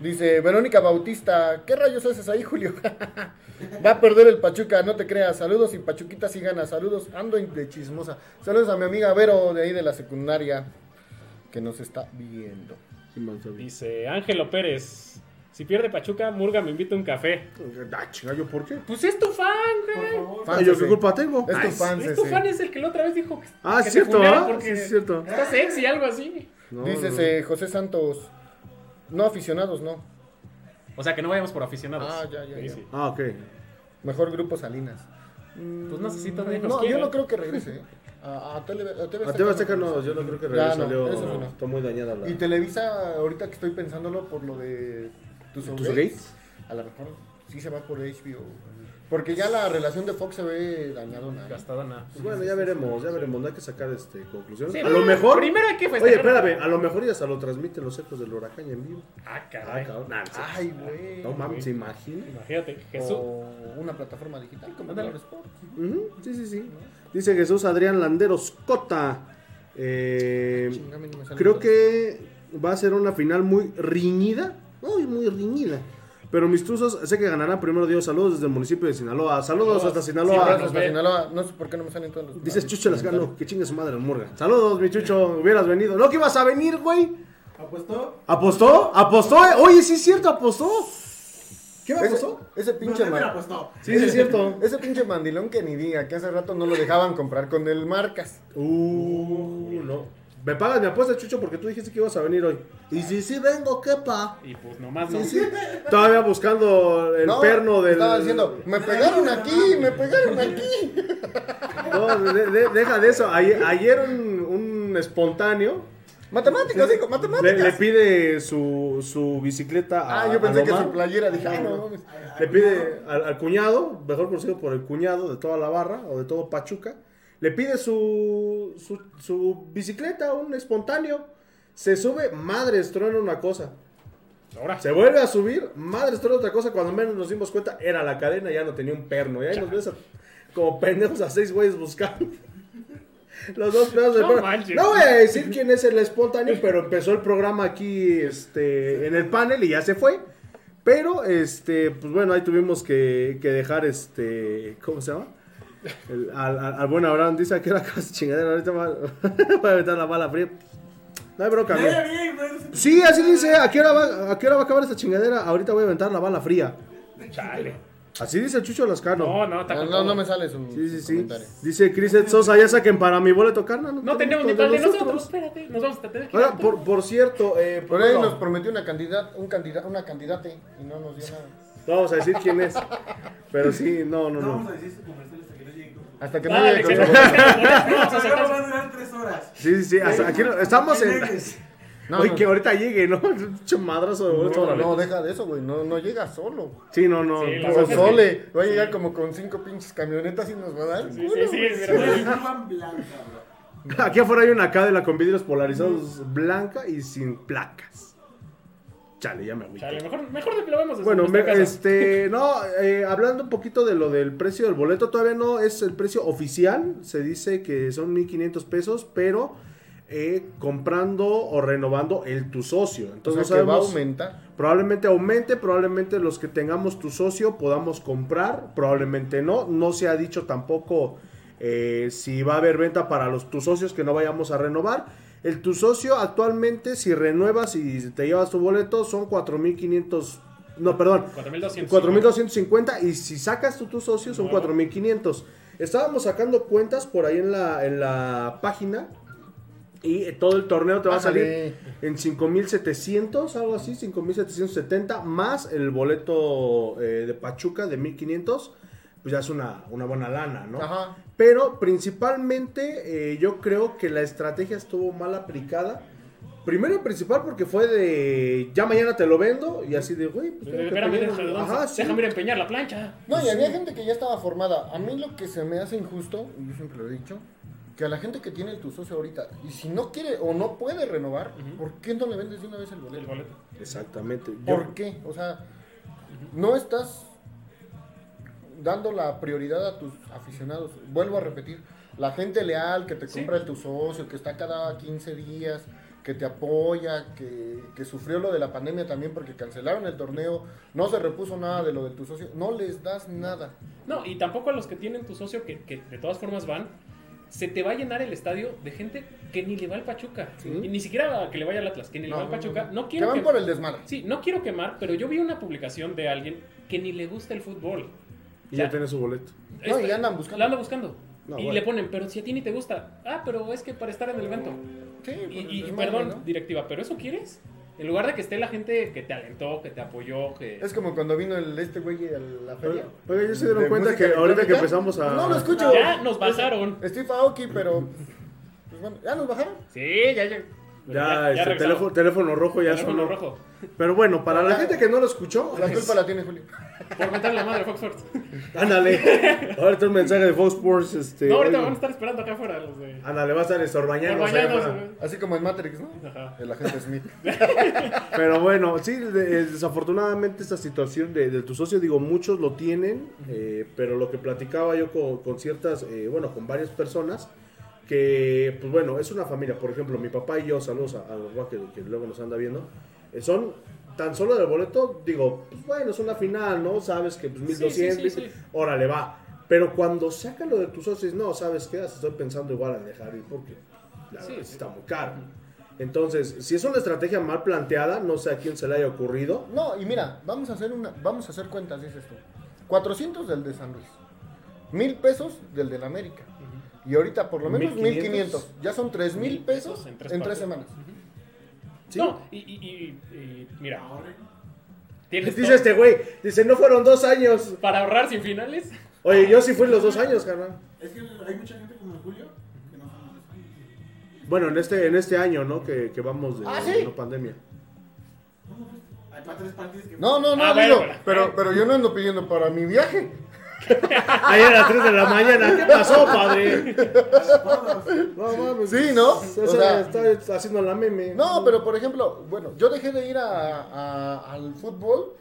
Dice Verónica Bautista, ¿qué rayos haces ahí, Julio? Va a perder el Pachuca, no te creas. Saludos y Pachuquita sí gana. Saludos, ando de chismosa. Saludos a mi amiga Vero de ahí de la secundaria que nos está viendo. Dice Ángelo Pérez. Si pierde Pachuca, Murga me invita a un café. Ah, chinga, ¿yo por qué? Pues es tu fan, Por güey. favor. Ah, ¿Yo Fáncese. qué culpa tengo? Es tu fan, Es tu Ceci. fan, es el que la otra vez dijo que, Ah, que es cierto, te ¿ah? funara porque Sí, es cierto. está sexy, algo así. No, no. Dice eh, José Santos, no aficionados, no. O sea, que no vayamos por aficionados. Ah, ya, ya, Sí, ya. sí. Ah, ok. Mejor grupo Salinas. Pues no sé si todavía nos No, yo quieren. no creo que regrese. ¿eh? A, a Tele- a TV A TV Azteca Azteca no no, regresa. yo no creo que Ya, regrese. no, salió- eso no. Está muy dañada la. Y Televisa, ahorita que estoy pensándolo por lo de tus ¿Tus hogares, gays? a lo mejor sí se va por HBO. Porque ya la relación de Fox se ve dañadona. ¿eh? Gastada nada. Pues bueno, ya veremos, ya veremos. No hay que sacar este, conclusiones. Sí, a lo mejor. Primero hay que festejar. Oye, espérame, a lo mejor ya hasta lo transmiten los ecos del huracán en vivo. Ah, Ah, caray. cabrón. Nah, no sé. Ay, güey. no mames, ¿se imagina? Imagínate, Jesús. O una plataforma digital como Ándale. Claro Sport. Ujú, Sí, sí, sí. Dice Jesús Adrián Landeros Cota. Eh, Chinga, a mí no me sale creo nada. que va a ser una final muy riñida. Muy, muy riñida. Pero mis tuzos sé que ganarán primero Dios. Saludos desde el municipio de Sinaloa. Saludos Saludos. hasta Sí, Sinaloa. abrazos nos ve. para Sinaloa. No sé por qué no me salen todos los. Dices los Chucho las gano. comentarios. Que chingue su madre el Murga. Saludos, mi Chucho. Hubieras venido. No que ibas a venir, güey. ¿Apostó? ¿Apostó? ¿Apostó? eh? Oye, sí es cierto, apostó. ¿Qué me apostó? Ese, ese pinche no, man- me apostó. Sí, sí es cierto. Ese pinche mandilón que ni diga, que hace rato no lo dejaban comprar con el Marcas. Uh, no. Me pagas mi apuesta, Chucho, porque tú dijiste que ibas a venir hoy. Y si sí vengo, ¿qué pa? Y pues nomás no. Todavía buscando el No, perno del. Estaba diciendo, me pegaron aquí, me pegaron aquí. No, de- de- deja de eso. Ayer, ayer un, un espontáneo Matemáticas, digo, le, le matemáticas. pide su, su bicicleta a. Ah, yo pensé a que Lomar. su playera, dije, ay, no mames. Le pide al, al cuñado, mejor conocido por el cuñado de toda la barra o de todo Pachuca, le pide su, su, su bicicleta, un espontáneo. Se sube, madre, truena una cosa. Ahora. Se vuelve a subir, madre, truena otra cosa. Cuando menos nos dimos cuenta, era la cadena, ya no tenía un perno. Y ahí nos ves a- como pendejos a seis güeyes buscando. Los dos pedazos de No perno. manches. No voy a decir quién es el espontáneo, pero empezó el programa aquí este, en el panel y ya se fue. Pero, este, pues bueno, ahí tuvimos que, que dejar este. ¿Cómo se llama? El- al, al- al buen Abraham dice que era casi chingadera. Ahorita va, va a aventar la bala fría. No hay bronca, Ya, mía. ya, ya, ya. Sí, así dice. ¿a qué, hora va, ¿A qué hora va a acabar esta chingadera? Ahorita voy a aventar la bala fría. Chale. Así dice Chucho Lascano. No, no, está No, con no, todo. no me sale su sí, sí, su sí. comentario. Dice Chris Ed Sosa, ya saquen para mi boleto, carnal. No tenemos ni para plan de nosotros. Espérate, nos vamos a tener que. Ahora, por, por cierto, eh, Por ahí bueno, nos prometió una candidata, un candida- una candidata y no nos dio nada. no vamos a decir quién es. Pero sí, no, no, No no. vamos a decir sus comerciales hasta que no lleguen. Hasta que no llegue Dale, con su- Alexander, Pero vamos a sacar- va a durar tres horas. Sí, sí, sí. hasta aquí no- estamos en. Llegues. No, Oye, no. que ahorita llegue, ¿no? Un pinche madrazo de boleto. No, no, deja de eso, güey. No, no llega solo. Sí, no, no. Sí, la O Pues, verdad es que- sole. Va a llegar como con cinco pinches camionetas y nos va a dar. el Sí, culo, sí, sí, güey. mira, Güey, mira. no van blanca, bro. Aquí afuera hay una Cadillac con vidrios polarizados blanca y sin placas. Chale, ya me agüité. Chale, mejor, mejor lo vemos. desde Bueno, nuestra me- casa. este, no, eh, hablando un poquito de lo del precio del boleto, todavía no es el precio oficial, se dice que son 1500 pesos, pero eh, comprando o renovando el tu socio. O Entonces sea, no que va a sabemos- aumentar. Probablemente aumente, probablemente los que tengamos tu socio podamos comprar, probablemente no. No se ha dicho tampoco eh, si va a haber venta para los tus socios que no vayamos a renovar. El tu socio actualmente, si renuevas y te llevas tu boleto, son 4.500, no, perdón, 4200. 4.250 y si sacas tú tu socio son 4.500. Estábamos sacando cuentas por ahí en la, en la página y eh, todo el torneo te va a salir Bájale. en 5700, algo así, 5770, más el boleto eh, de Pachuca de 1500, pues ya es una, una buena lana, ¿no? Ajá. Pero principalmente eh, yo creo que la estrategia estuvo mal aplicada. Primero y principal porque fue de ya mañana te lo vendo y así de güey, pues Eh, tengo que Espérame, pedir- déjame, Ajá, sí. déjame ir a empeñar la plancha. No, y había gente que ya estaba formada. A mí lo que se me hace injusto, y yo siempre lo he dicho, que a la gente que tiene tu socio ahorita, y si no quiere o no puede renovar, ¿por qué no le vendes de una vez el El boleto? boleto. Exactamente. Yo- ¿Por qué? O sea, no estás dando la prioridad a tus aficionados. Vuelvo a repetir, la gente leal que te Sí. compra el tu socio, que está cada 15 días, que te apoya, que, que sufrió lo de la pandemia también porque cancelaron el torneo, no se repuso nada de lo de tu socio, no les das nada. No, y tampoco a los que tienen tu socio, que, que de todas formas van, se te va a llenar el estadio de gente que ni le va al Pachuca. Y ni siquiera que le vaya al Atlas, que ni le No, va al no, Pachuca. no. No Que quiero van por el desmadre. Sí, no quiero quemar, pero yo vi una publicación de alguien que ni le gusta el fútbol. Y O sea, ya tiene su boleto. No, es- y andan buscando. La andan buscando. No, y bueno. le ponen, pero si a ti ni te gusta. Ah, pero es que para estar en el evento. Sí, pues, por Y, el y- y desmadre, perdón, ¿no? directiva, ¿pero eso quieres? En lugar de que esté la gente que te alentó, que te apoyó, que... Es como cuando vino el, este güey a la feria. Oiga, ya se dieron de cuenta música que ahorita que electrónica. empezamos a. No lo escucho. Ya nos bajaron. Steve Aoki, pero. Pues bueno, ya nos bajaron. Sí, ya, ya. Ya, este, regresamos. teléfono, teléfono rojo ya Teléfono sonó. rojo. Pero bueno, para la Ya. gente que no lo escuchó, La culpa la tiene Julio. Por meterle la madre a Fox Sports. ándale. Ahorita un mensaje de Fox Sports. Este, no, ahorita oigan. van a estar esperando acá afuera los de... Ándale, va a estar estorbañando. Por bañados, Así como en Matrix, ¿no? Ajá. El agente Smith. Pero bueno, sí, de- eh, desafortunadamente esta situación de, de tu socio, digo, muchos lo tienen, eh, pero lo que platicaba yo con, con ciertas, eh, bueno, con varias personas, que pues bueno, es una familia, por ejemplo, mi papá y yo, saludos a, a los papás que, que luego nos anda viendo, eh, son tan solo del boleto, digo, pues bueno, es una final, ¿no? Sabes que pues Sí, 1200, sí, sí, sí. órale, va. Pero cuando sacan lo de tus socios, no, ¿sabes qué? Hasta Estoy pensando igual en dejar ir porque la Sí, verdad sí. está muy caro. Entonces, si es una estrategia mal planteada, no sé a quién se le haya ocurrido. No, y mira, vamos a hacer una, vamos a hacer cuentas, dices tú. 400 del de San Luis. Mil pesos del del América. Y ahorita por lo menos 1500. 1500. Ya son 3000 pesos en tres, partidos. semanas. Sí. No, y, y- y- y mira, tienes Dice este güey, dice, no fueron dos años. todo para ahorrar sin finales. Oye, yo sí fui los dos años, carnal. Es que hay mucha gente como Julio que no son los Bueno, en este, en este año, ¿no? Que, que vamos de Ah, ¿sí? no pandemia. Hay para tres partidos que. No, no, no, Ah, digo, bueno, pero, pero yo no ando pidiendo para mi viaje. Ayer a las 3 de la mañana, ¿qué pasó, padre? No mames. Sí, ¿no? Ese O sea- está haciendo la meme. No, pero por ejemplo, bueno, yo dejé de ir a- a- al fútbol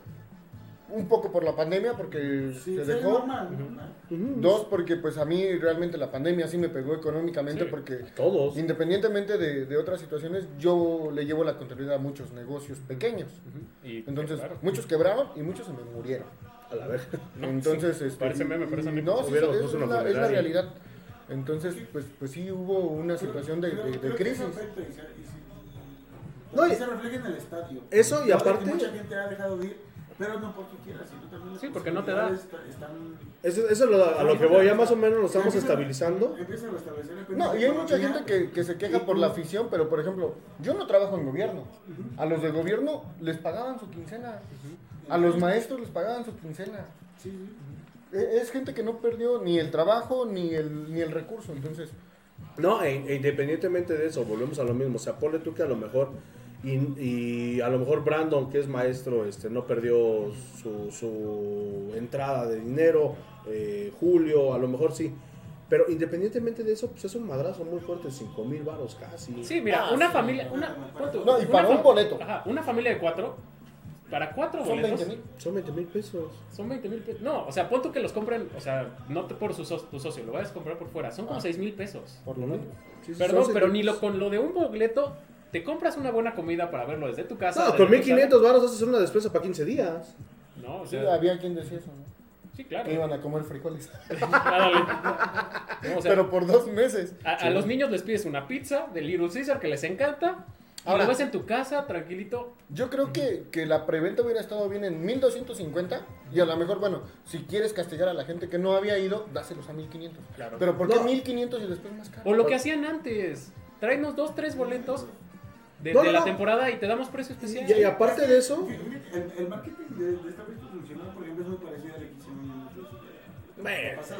un poco por la pandemia porque Sí, se sí, dejó. normal, normal. Dos, porque pues a mí realmente la pandemia sí me pegó económicamente Sí. porque Todos. independientemente de, de otras situaciones, yo le llevo la continuidad a muchos negocios pequeños. Y, Entonces, claro, muchos quebraron y muchos se me murieron. A la verga. Entonces, este, Parece meme, y- parece y meme. No, sí, Hubiéramos es, puesto es una la, es la funeraria. realidad. Entonces, pues, pues sí hubo una situación de, Creo- de- de creo que eso crisis. afecta y se- y se- No, y y- se refleja en el estadio. Eso, y Aparte aparte- que Mucha gente ha dejado de ir, pero no porque quiera, sino también. las Sí, porque no te da. posibilidades está- están- Eso, eso es lo- a lo que voy, ya más o menos lo estamos estabilizando. Empiezan a establecer el No, y hay mucha gente que, que se queja por la afición, pero por ejemplo, yo no trabajo en gobierno. A los de gobierno les pagaban su quincena. A los maestros les pagaban su quincena. Sí, sí. E- Es gente que no perdió ni el trabajo ni el, ni el recurso. Entonces, No, e, e independientemente de eso, volvemos a lo mismo. O sea, ponle tú que a lo mejor. Y, y a lo mejor Brandon, que es maestro, este, no perdió su, su entrada de dinero. eh, Julio, a lo mejor sí. Pero independientemente de eso, pues es un madrazo muy fuerte, 5 mil varos casi. Sí, mira, Ah, una sí. familia, una, ¿cuánto? No, y Una para un fa- boleto. Ajá, una familia de cuatro, para cuatro son boletos, 20 mil. Son 20 mil pesos. son 20 mil pesos. No, o sea, pon tú que los compren, o sea, no te- por su so- tu socio, lo vas a comprar por fuera, son como Ah. 6 mil pesos. Por lo menos. Sí, sí, Perdón, son pero 6,000 ni lo con lo de un boleto, te compras una buena comida para verlo desde tu casa. No, desde con tu 1500 varos haces una despensa para 15 días. sala. No, o Sí, sea, había quien decía eso, ¿no? sí, claro. Que iban a comer frijoles. Ándale. No, o sea, Pero por dos meses. A, a los niños les pides una pizza del Little Caesar que les encanta. Ahora- y lo ves en tu casa, tranquilito. Yo creo que, que la preventa hubiera estado bien en 1250 y a lo mejor, bueno, si quieres castigar a la gente que no había ido, dáselos a 1500. Claro. Pero ¿por qué No. 1500 y después más caro? O lo que hacían antes. Tráenos dos, tres boletos de, No, de no, la no. temporada y te damos precio especial. Y, y aparte de eso, El, el marketing de, de esta vez que funcionó, por ejemplo, es muy parecido al que hicieron en el la pasada.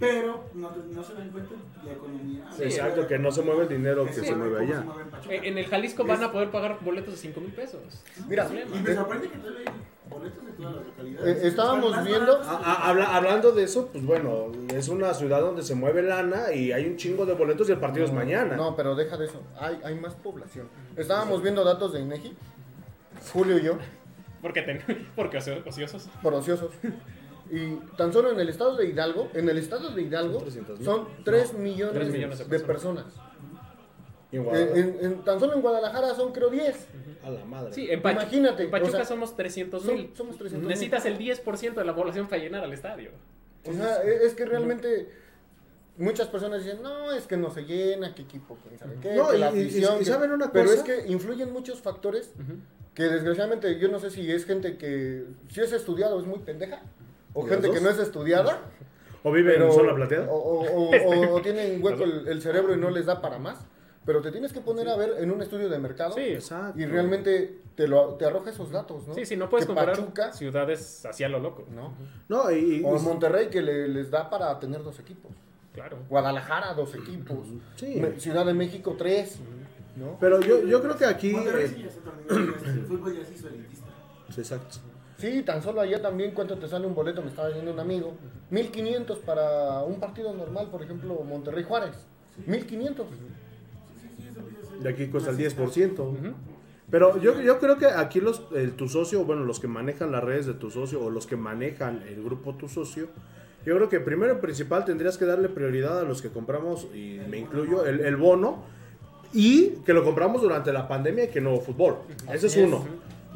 Pero no, no se dan cuenta la economía. Sí, exacto, que no se mueve el dinero que Exacto, se mueve cómo allá. mueve en Pachuca. Eh, En el Jalisco van a poder pagar boletos de 5 mil pesos. Mira, Y me sorprende que todavía hay boletos de todas las localidades. Eh, estábamos Están más viendo- A- baratos a- habla- hablando de eso, pues bueno, es una ciudad donde se mueve lana y hay un chingo de boletos y el partido es mañana. No, pero deja de eso. Hay, hay más población. Estábamos viendo datos de Inegi, Julio y yo, Porque, ten- porque ocio- ociosos. por ociosos. Y tan solo en el estado de Hidalgo, en el estado de Hidalgo Son 300,000. son 3 millones, Tres millones de, de personas. Y en En, Guadalajara. en- en- tan solo en Guadalajara son creo 10. A la madre. Sí, en Pachu- Imagínate, en Pachuca o sea, somos 300 som- mil. somos 300,000. Necesitas el 10% de la población para llenar al estadio. Pues O sea, es es que realmente muchas personas dicen, no, es que no se llena, que equipo, quién sabe qué, No, que y- la y- y- afición. y que- ¿saben una Pero es cosa? que influyen muchos factores Ujú. que desgraciadamente yo no sé si es gente que, si es estudiado es muy pendeja, o ¿Y gente las que no dos? es estudiada. ¿O vive pero- en Zona Plateada? O, o- o- o- o tienen hueco el, el cerebro y no les da para más. Pero te tienes que poner a ver en un estudio de mercado Sí, Exacto. y realmente te, lo, te arroja esos datos, ¿no? Sí, sí, no puedes que comparar Pachuca, ciudades hacia lo loco. ¿no? No, y, y- O y- Monterrey que le- les da para tener dos equipos. Claro. Guadalajara, dos equipos. Sí. Me- Ciudad de México, tres. ¿no? Pero yo, yo creo que aquí. Monterrey sí eh, ya es otro nivel, este, el fútbol ya se hizo elitista. sí, exacto. Sí, tan solo allá también, ¿cuánto te sale un boleto? Me estaba diciendo un amigo. 1500 para un partido normal, por ejemplo, Monterrey-Juárez. 1500. De aquí cuesta el 10%. Ujú. Pero yo, yo creo que aquí los, el, tu socio, bueno, los que manejan las redes de tu socio o los que manejan el grupo tu socio, yo creo que primero y principal tendrías que darle prioridad a los que compramos, y me incluyo, el, el bono, y que lo compramos durante la pandemia y que no hubo fútbol. Ese es es. uno.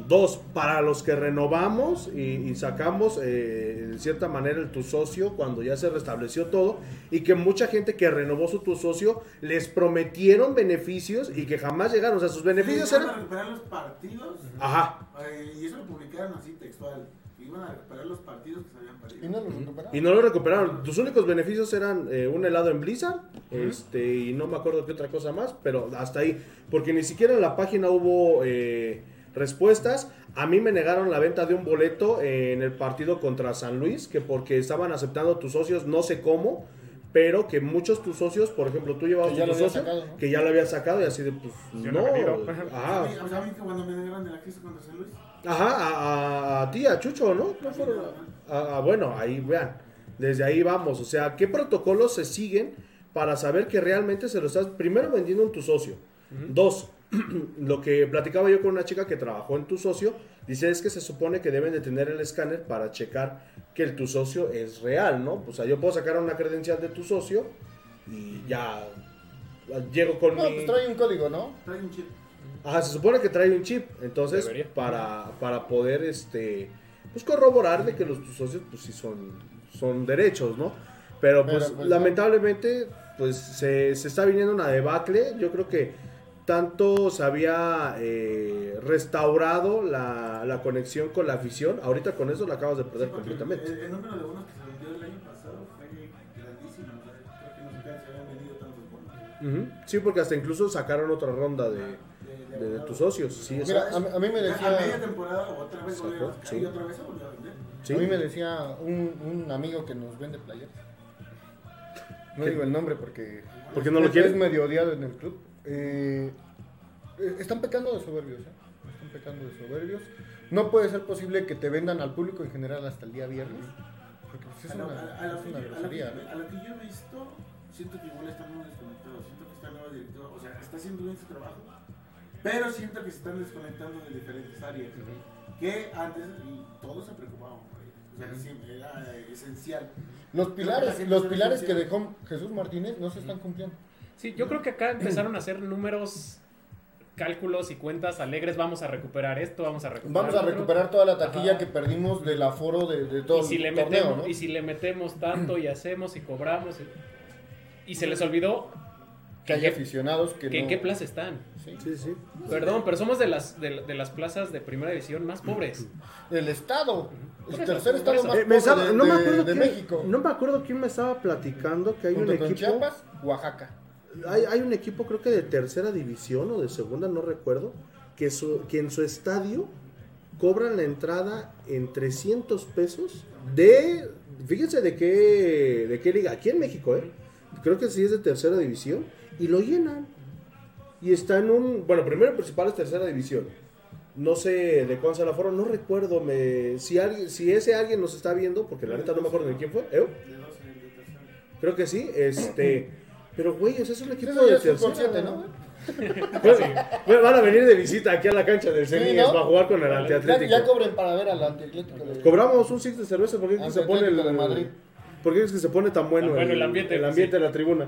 Dos, para los que renovamos y, y sacamos eh, de cierta manera el tu socio cuando ya se restableció todo y que mucha gente que renovó su tu socio les prometieron beneficios y que jamás llegaron. O sea, sus beneficios Iban a eran... recuperar los partidos, Ajá, eh, y eso lo publicaron así textual. Iban a recuperar los partidos que se habían Y perdido. no los recuperaron. Y no lo recuperaron. Tus únicos beneficios eran eh, un helado en Blizzard, este, y no me acuerdo qué otra cosa más, pero hasta ahí. Porque ni siquiera en la página hubo eh, respuestas. A mí me negaron la venta de un boleto en el partido contra San Luis, que porque estaban aceptando tus socios, no sé cómo, pero que muchos tus socios, por ejemplo, tú llevabas Que ya a tu lo habían socio, sacado, ¿no? que ya lo habían sacado y así de, pues, Yo no no. he venido. Ajá, A mí- a mí que cuando me negaron de la crisis contra San Luis, Ajá, a, a- a ti, a Chucho, ¿no? ¿No fueron? A- a- bueno, ahí vean. Desde ahí vamos. O sea, ¿qué protocolos se siguen para saber que realmente se lo estás primero vendiendo en tu socio? Dos, lo que platicaba yo con una chica que trabajó en tu socio, dice es que se supone que deben de tener el escáner para checar que el tu socio es real, ¿no? O sea, yo puedo sacar una credencial de tu socio y ya llego con No, mi... pues trae un código, ¿no? trae un chip. Ajá, se supone que trae un chip. Entonces, Debería. para, para poder este pues corroborar de que los tus socios pues sí son, son derechos, ¿no? Pero pues, Pero, pues, lamentablemente pues se, se está viniendo una debacle. Yo creo que tanto se había eh, restaurado la, la conexión con la afición. Ahorita con eso la acabas de perder Porque completamente. eh, El, el número de bonos que se vendió el año pasado fue grandísimo. o sea, Creo que no se habían vendido tantos bonos. Ujú. Sí, porque hasta incluso sacaron otra ronda de, De, de- de tus socios. Sí, Mira, exacto. a, a mí me A media decía, temporada otra vez volvieron a Exacto, caer y sí. otra vez se volvió a vender. Sí. a mí me decía un, un amigo que nos vende playeras. No digo el nombre porque Porque no lo es- Es quieren. medio odiado en el club. Eh, eh, están pecando de soberbios, ¿eh? Están pecando de soberbios. No puede ser posible que te vendan al público en general hasta el día viernes. Porque pues, es A lo- una, a- a lo es que- una a lo que- grosería, ¿no? A lo que yo he visto, siento que igual están muy desconectados. Siento que esta nueva directiva, o sea, está haciendo bien su trabajo, pero siento que se están desconectando de diferentes áreas que antes y todos se preocupaban por ello. O sea, sí, era eh, esencial. Los la pilares, gente los no pilares que funciona. dejó Jesús Martínez no se están cumpliendo. Sí, yo creo que acá empezaron a hacer números, cálculos y cuentas alegres. Vamos a recuperar esto, vamos a recuperar Vamos a otro. recuperar toda la taquilla Ajá. que perdimos del aforo de, de todo y si el le torneo, metemos, ¿no? y si le metemos tanto y hacemos y cobramos y, y se les olvidó Que hay que- aficionados que, que en no- qué plaza están. Sí. Sí, sí. Perdón, pero somos de las de, de las plazas de primera división más pobres. El estado, el Por eso, tercer por estado eso. más Eh, me pobre estaba- de, no me de- acuerdo de quién, México. No me acuerdo quién me estaba platicando que hay un junto con equipo. Chiapas, Oaxaca. Hay, hay un equipo, creo que de tercera división o de segunda, no recuerdo. Que, su, que en su estadio cobran la entrada en 300 pesos de. Fíjense de qué, de qué liga. Aquí en México, ¿eh? Creo que sí es de tercera división. Y lo llenan. Y está en un. Bueno, primero y principal es tercera división. No sé de cuándo se la fueron, no recuerdo. Me, si, alguien, si ese alguien nos está viendo, porque la neta no me acuerdo de quién fue. ¿eh? Creo que sí. Este. Pero, güey, o sea, es un equipo Eso ya de es fútbol tercera. siete, ¿no? Pues, güey, van a venir de visita aquí a la cancha del Sí, CENIES ¿no? para jugar con el Ya, antiatlético. ya cobren para ver al antiatlético. de- Cobramos un six de cerveza porque es que se pone Antiatlético el, de Madrid. ¿Por qué es que se pone tan bueno, Tan bueno el ambiente, el ambiente de la tribuna?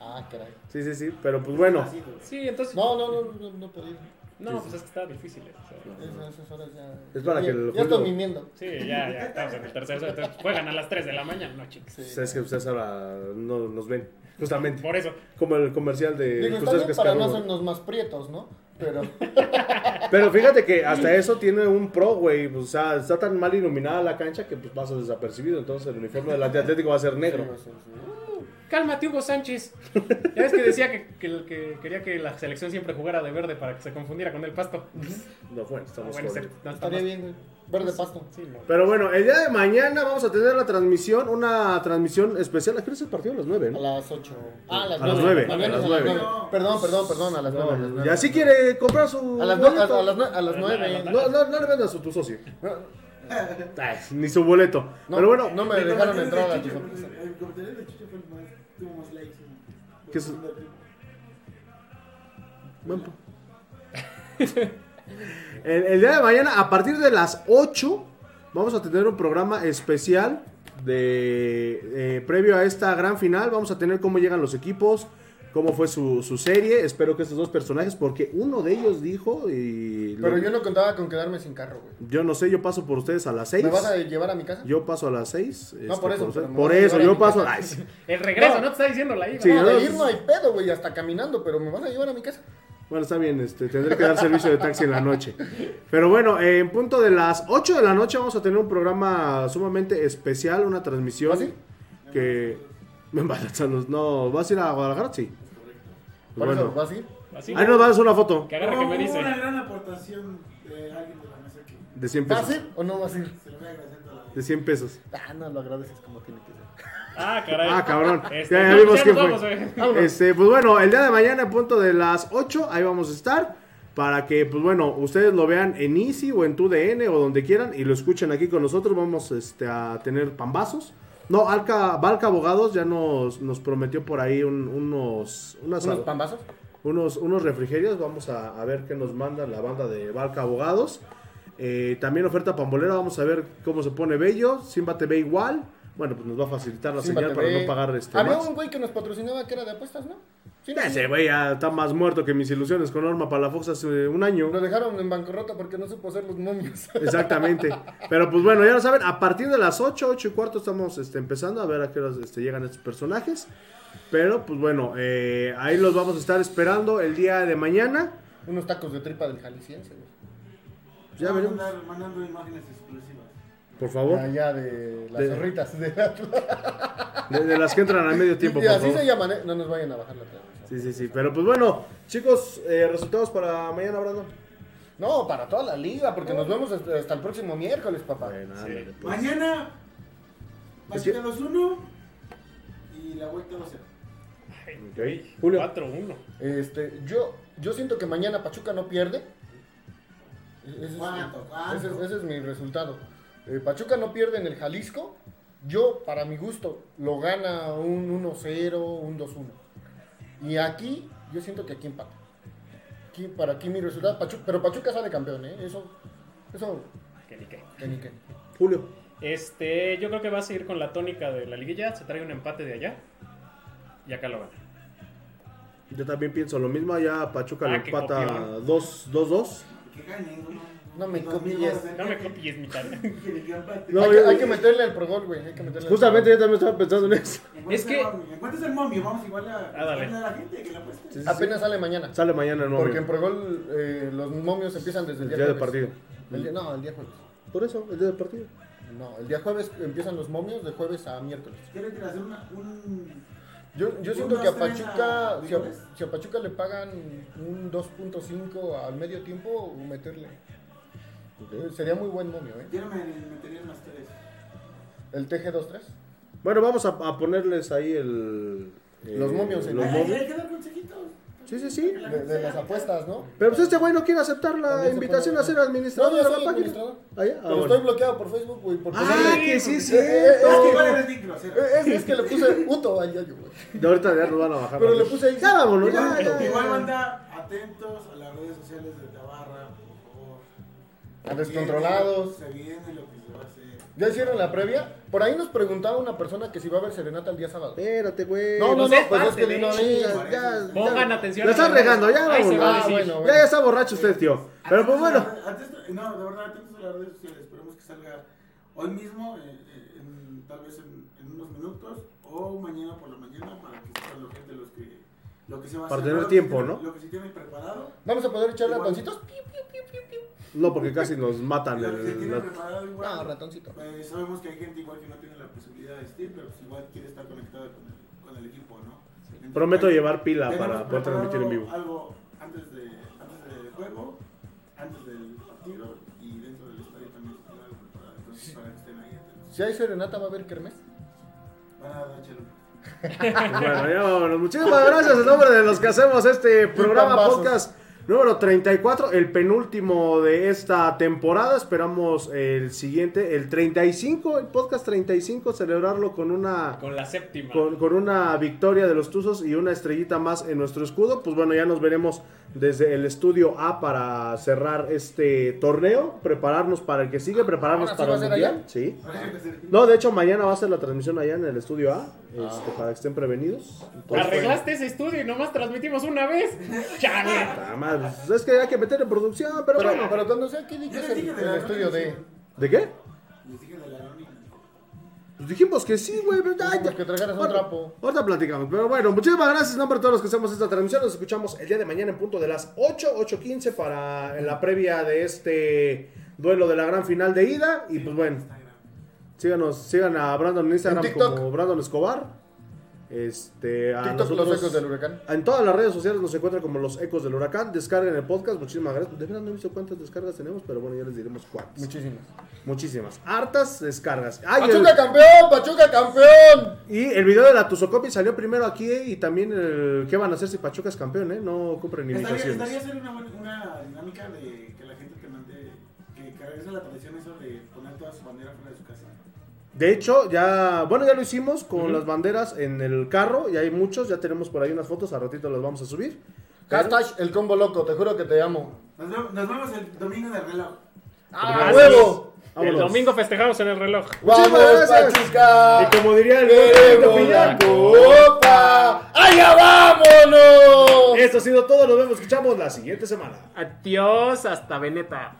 Ah, caray. Sí, sí, sí. Pero pues bueno. Así, güey. Sí, entonces. No, No, no, no, no, no podía. pues es que está difícil. eh, o sea, Esas, esas horas ya. Es para ya, que el Ya juego- estoy mimiendo. Sí, ya, ya estamos en el tercer set. entonces, pues, Juegan a las 3 de la mañana, no, chicos. Sí. Sabes pues que ustedes ahora no nos ven. Justamente. Por eso. Como el comercial de Digo, que está ustedes bien para no cascarudo. hacernos más prietos, ¿no? Pero. Pero fíjate que hasta eso tiene un pro, güey. pues, O sea, está tan mal iluminada la cancha que pues pasa desapercibido. Entonces el uniforme del Atlético va a ser negro. Cálmate, Hugo Sánchez. Ya ves que decía que, que, que quería que la selección siempre jugara de verde para que se confundiera con el pasto. No, bueno, Ah, estamos bueno, jodidos. se- no, Estaría estamos- bien, güey. Verde pasto. Sí, no. Pero bueno, el día de mañana vamos a tener la transmisión, una transmisión especial. ¿A qué hora es el partido? A las 9, A ¿no? las 8. Ah, a las A las 9. nueve, a las nueve. Perdón, perdón, perdón, a las 9. A las Y nueve. así quiere comprar su. A las 9. boleto. A las nue- a las nueve. No, no, no le vendas a tu socio. No, Ay, ni su boleto. no, Pero bueno, no me El dejaron comentario entrar de a la Chicho chifa. fue- El comentario de Chicho fue el más. Tuvo más likes. en- ¿Qué es- en el tiempo. Buen po- el, el día de mañana, a partir de las 8, vamos a tener un programa especial de eh, previo a esta gran final. Vamos a tener cómo llegan los equipos, cómo fue su, su serie. Espero que estos dos personajes, porque uno de ellos dijo y... Pero lo- yo no contaba con quedarme sin carro, güey. yo no sé, yo paso por ustedes a las 6. ¿Me vas a llevar a mi casa? Yo paso a las 6. por eso, pero me por vas a eso llevar a yo mi paso... casa. Ay, sí. El regreso, No. no, te está diciendo la ida. Sí, no, no, de ir sí. no hay pedo, güey, hasta caminando, pero me vas a llevar a mi casa. Bueno, está bien, este, tendré que dar servicio de taxi en la noche. Pero bueno, eh, en punto de las 8 de la noche vamos a tener un programa sumamente especial, una transmisión. ¿Ah, sí? Que. Me embarazan los- No, ¿vas a ir a Guadalajara? Sí. Por Bueno, eso, ¿vas a ir? Así, Ah, ahí nos vas a hacer una foto Que agarra que Hubo me dice. Una gran aportación de alguien de la mesa que de 100 ¿Vas a pesos. ir o no vas a ir? se lo voy a agradecer toda la vida. De 100 pesos. Ah, no, lo agradeces como tiene que ser. Ah, caray. Ah, cabrón. Este, ya, ya no, vimos ya quién nos fue. vamos, güey. Vámonos. Este, pues bueno, el día de mañana, en punto de las 8, ahí vamos a estar. Para que, pues bueno, ustedes lo vean en Easy o en TUDN o donde quieran y lo escuchen aquí con nosotros. Vamos este, a tener pambazos. No, Alca, Valca Abogados ya nos, nos prometió por ahí un- unos, unas- ¿Unos pambazos? unos, unos refrigerios. Vamos a, a ver qué nos manda la banda de Valca Abogados. Eh, también oferta pambolera. Vamos a ver cómo se pone Bello. Simba TV igual. Bueno, pues nos va a facilitar la Sí, señal Bate para B. no pagar este. Había más. un güey que nos patrocinaba que era de apuestas, ¿no? Sí, no, Ese sí. güey ya está más muerto que mis ilusiones con Norma Palafox hace un año. Lo dejaron en bancarrota porque no supo hacer los momios. Exactamente. Pero pues bueno, ya lo saben, a partir de las 8, 8 y cuarto estamos este, empezando a ver a qué horas este, llegan estos personajes. Pero pues bueno, eh, ahí los vamos a estar esperando el día de mañana. Unos tacos de tripa del jalisciense, güey. Ya Vamos a veremos. andar mandando imágenes exclusivas. Por favor, Allá de las De- zorritas de Atlas. de, de las que entran al medio tiempo, Y por así se favor. llaman, ¿eh? No nos vayan a bajar la transmisión. Sí, sí, sí. Pero pues bueno, chicos, eh, resultados para mañana, Brandon. No, para toda la liga, porque nos vemos hasta, hasta el próximo miércoles, papá. Bueno, ándale, pues. Mañana, Es que- Mexicanos 1 y la vuelta 2-0. Ok. Julio, 4-1. Este, yo, yo siento que mañana Pachuca no pierde. Ese es, ¿Cuánto? ese es- ¿Cuánto? ese es mi resultado. Eh, Pachuca no pierde en el Jalisco. Yo, para mi gusto, lo gana un 1-0, un 2-1. Y aquí, yo siento que aquí empata. Aquí, para aquí mi resultado, Pachuca, pero Pachuca sale campeón, ¿eh? Eso, eso, Que ni qué. que ni qué. Julio. Este, yo creo que va a seguir con la tónica de la liguilla. Se trae un empate de allá. Y acá lo gana. Yo también pienso lo mismo, ya Pachuca Ah, le qué empata copión. 2-2. Que ganen, ¿no? No me Dos mil copies. goles. No me copies, mi tal. Que le empate. No, hay, que, yo- hay que meterle al progol, güey. Hay que meterle al Justamente yo también estaba pensando en eso. Encuentres Es que- el momio, encuentres el momio, vamos igual a, Ah, dale. a la gente que la apueste. Sí, sí, Progol. sí. Apenas sale mañana. Sale mañana el Porque en novio. Progol eh, los momios empiezan El desde el día día, del jueves. partido. El día- no, el día jueves. Por eso, el día del partido. No, el día jueves empiezan los momios de jueves a miércoles. Quiero que le hacer una, un... Yo, yo Un siento dos, que a tres Pachuca, a- si a, si a Pachuca le pagan un 2.5 al medio tiempo, meterle. Eh, Sería muy buen momio, ¿eh? Yo no me metería en más tres. El TG2-3. Bueno, vamos a, a ponerles ahí el. eh, Los momios, Los ¿eh? Ay, momios. Hay que dar consejitos. Sí, sí, sí. De, de las apuestas, ¿no? Pero pues este güey no quiere aceptar También la se invitación pone- a ser administrador No, yo de soy la página. administrador. Ah, ya. Ah, Pero bueno. estoy bloqueado por Facebook, güey. por Ah, ponerle- que sí, es Eh, cierto. Es que eh, igual eres bien grosero. Eh, Es, es que le puse puto al yayo, güey. De ahorita ya nos van a bajar. Pero la le luz. puse ahí. Ya vámonos, ya, Igual, ya, ya. igual anda atentos a las redes sociales de Tabarra, por favor. A descontrolados. Se viene lo que se va a hacer. ¿Ya hicieron la previa? Por ahí nos preguntaba una persona que si va a haber serenata el día sábado. Espérate, güey. No, no, no, sé, pues es parte que de de- una Ya, vez. ya, Pongan ya. atención Lo a la están verdad. regando, ya Ahí se vámonos. va a Ah, decir. bueno, bueno. Ya, ya está borracho usted, tío. Pero pues bueno. Antes, no, de verdad, antes de hablar de redes sociales, esperemos que salga hoy mismo, eh, eh, en- tal vez en, en unos minutos o mañana por la mañana para que sepan la gente los que, lo que se va a Para hacer. tener lo que tiempo, sí- ¿no? Lo que sí tienen preparado. ¿Vamos a poder echar Igual. ratoncitos? No, porque casi nos matan. Lo que se el- tienen la- preparado igual. No, ratoncito. Pues sabemos que hay gente igual que no tiene la posibilidad de Steam, pero pues igual quiere estar conectada con el, con el equipo, ¿no? Entonces, Prometo pues, llevar pila tenemos para poder transmitir en preparado vivo. Algo antes, de, antes del juego, antes del partido y dentro del estadio también se tiene algo preparado. Entonces, para que estén ahí atentos. Si hay serenata, va a haber kermés. Van a dar chelo. Pues bueno, ya vámonos. Muchísimas gracias en nombre de los que hacemos este programa pambazos. podcast número 34, el penúltimo de esta temporada. Esperamos el siguiente, el 35, el podcast 35, celebrarlo con una... Con la séptima. Con, con una victoria de los Tuzos y una estrellita más en nuestro escudo, pues bueno, ya nos veremos desde el estudio A para cerrar este torneo, prepararnos para el que sigue, prepararnos ¿Ahora sí para va el a mundial. ser allá? Sí. Ahora sí que se- No, de hecho, mañana va a ser la transmisión allá en el estudio A, Ah. este, para que estén prevenidos. Pues, Entonces, Arreglaste ese estudio y nomás transmitimos una vez. ¡Chale! nada más, pues, es que hay que meter en producción, pero, Pero, bueno. pero cuando sea, ¿qué di que Yo es les el, dije de el la estudio de? ¿De qué? Les dije de la anónima. Pues dijimos que sí, güey. pero- ay, Dijimos que tragaras un Ahorita- trapo. Ahorita platicamos. Pero bueno, muchísimas gracias en nombre de todos los que hacemos esta transmisión. Nos escuchamos el día de mañana en punto de las 8, 8.15 para en la previa de este duelo de la gran final de ida. Y pues bueno, síganos, sigan a Brandon en Instagram En TikTok. como Brandon Escobar. Este, a TikTok los nosotros- ecos del huracán. En todas las redes sociales nos encuentran como los ecos del huracán. Descarguen el podcast. Muchísimas gracias. De verdad no he visto cuántas descargas tenemos, pero bueno, ya les diremos cuántas. Muchísimas. Muchísimas. Hartas descargas. Ay, el- ¡Pachuca campeón! ¡Pachuca campeón! y el video de la Tuzocopi salió primero aquí eh, y también el qué van a hacer si Pachuca es campeón, ¿eh? No compren Estaría, estaría invitaciones. hacer una, buena- una dinámica de que la gente que mande, que, que regrese la tradición eso de poner toda su bandera fuera de su casa. De hecho, ya, bueno, ya lo hicimos con las banderas en el carro y hay muchos, ya tenemos por ahí unas fotos, a ratito las vamos a subir. Pero- Hashtag el combo loco, te juro que te amo. Nos vemos, nos vemos el domingo en el reloj. ¡Ah, Así huevo! Vámonos. El domingo festejamos en el reloj. ¡Vamos, Muchísimas gracias. Pachuca! Y como diría el ¡Queremos la copa! ¡Allá vámonos! Esto ha sido todo, nos vemos, escuchamos la siguiente semana. Adiós, hasta Veneta.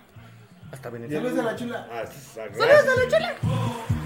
Hasta Saludos a la chula. Ah, Hasta- gracias. ¡Saludos a la chula!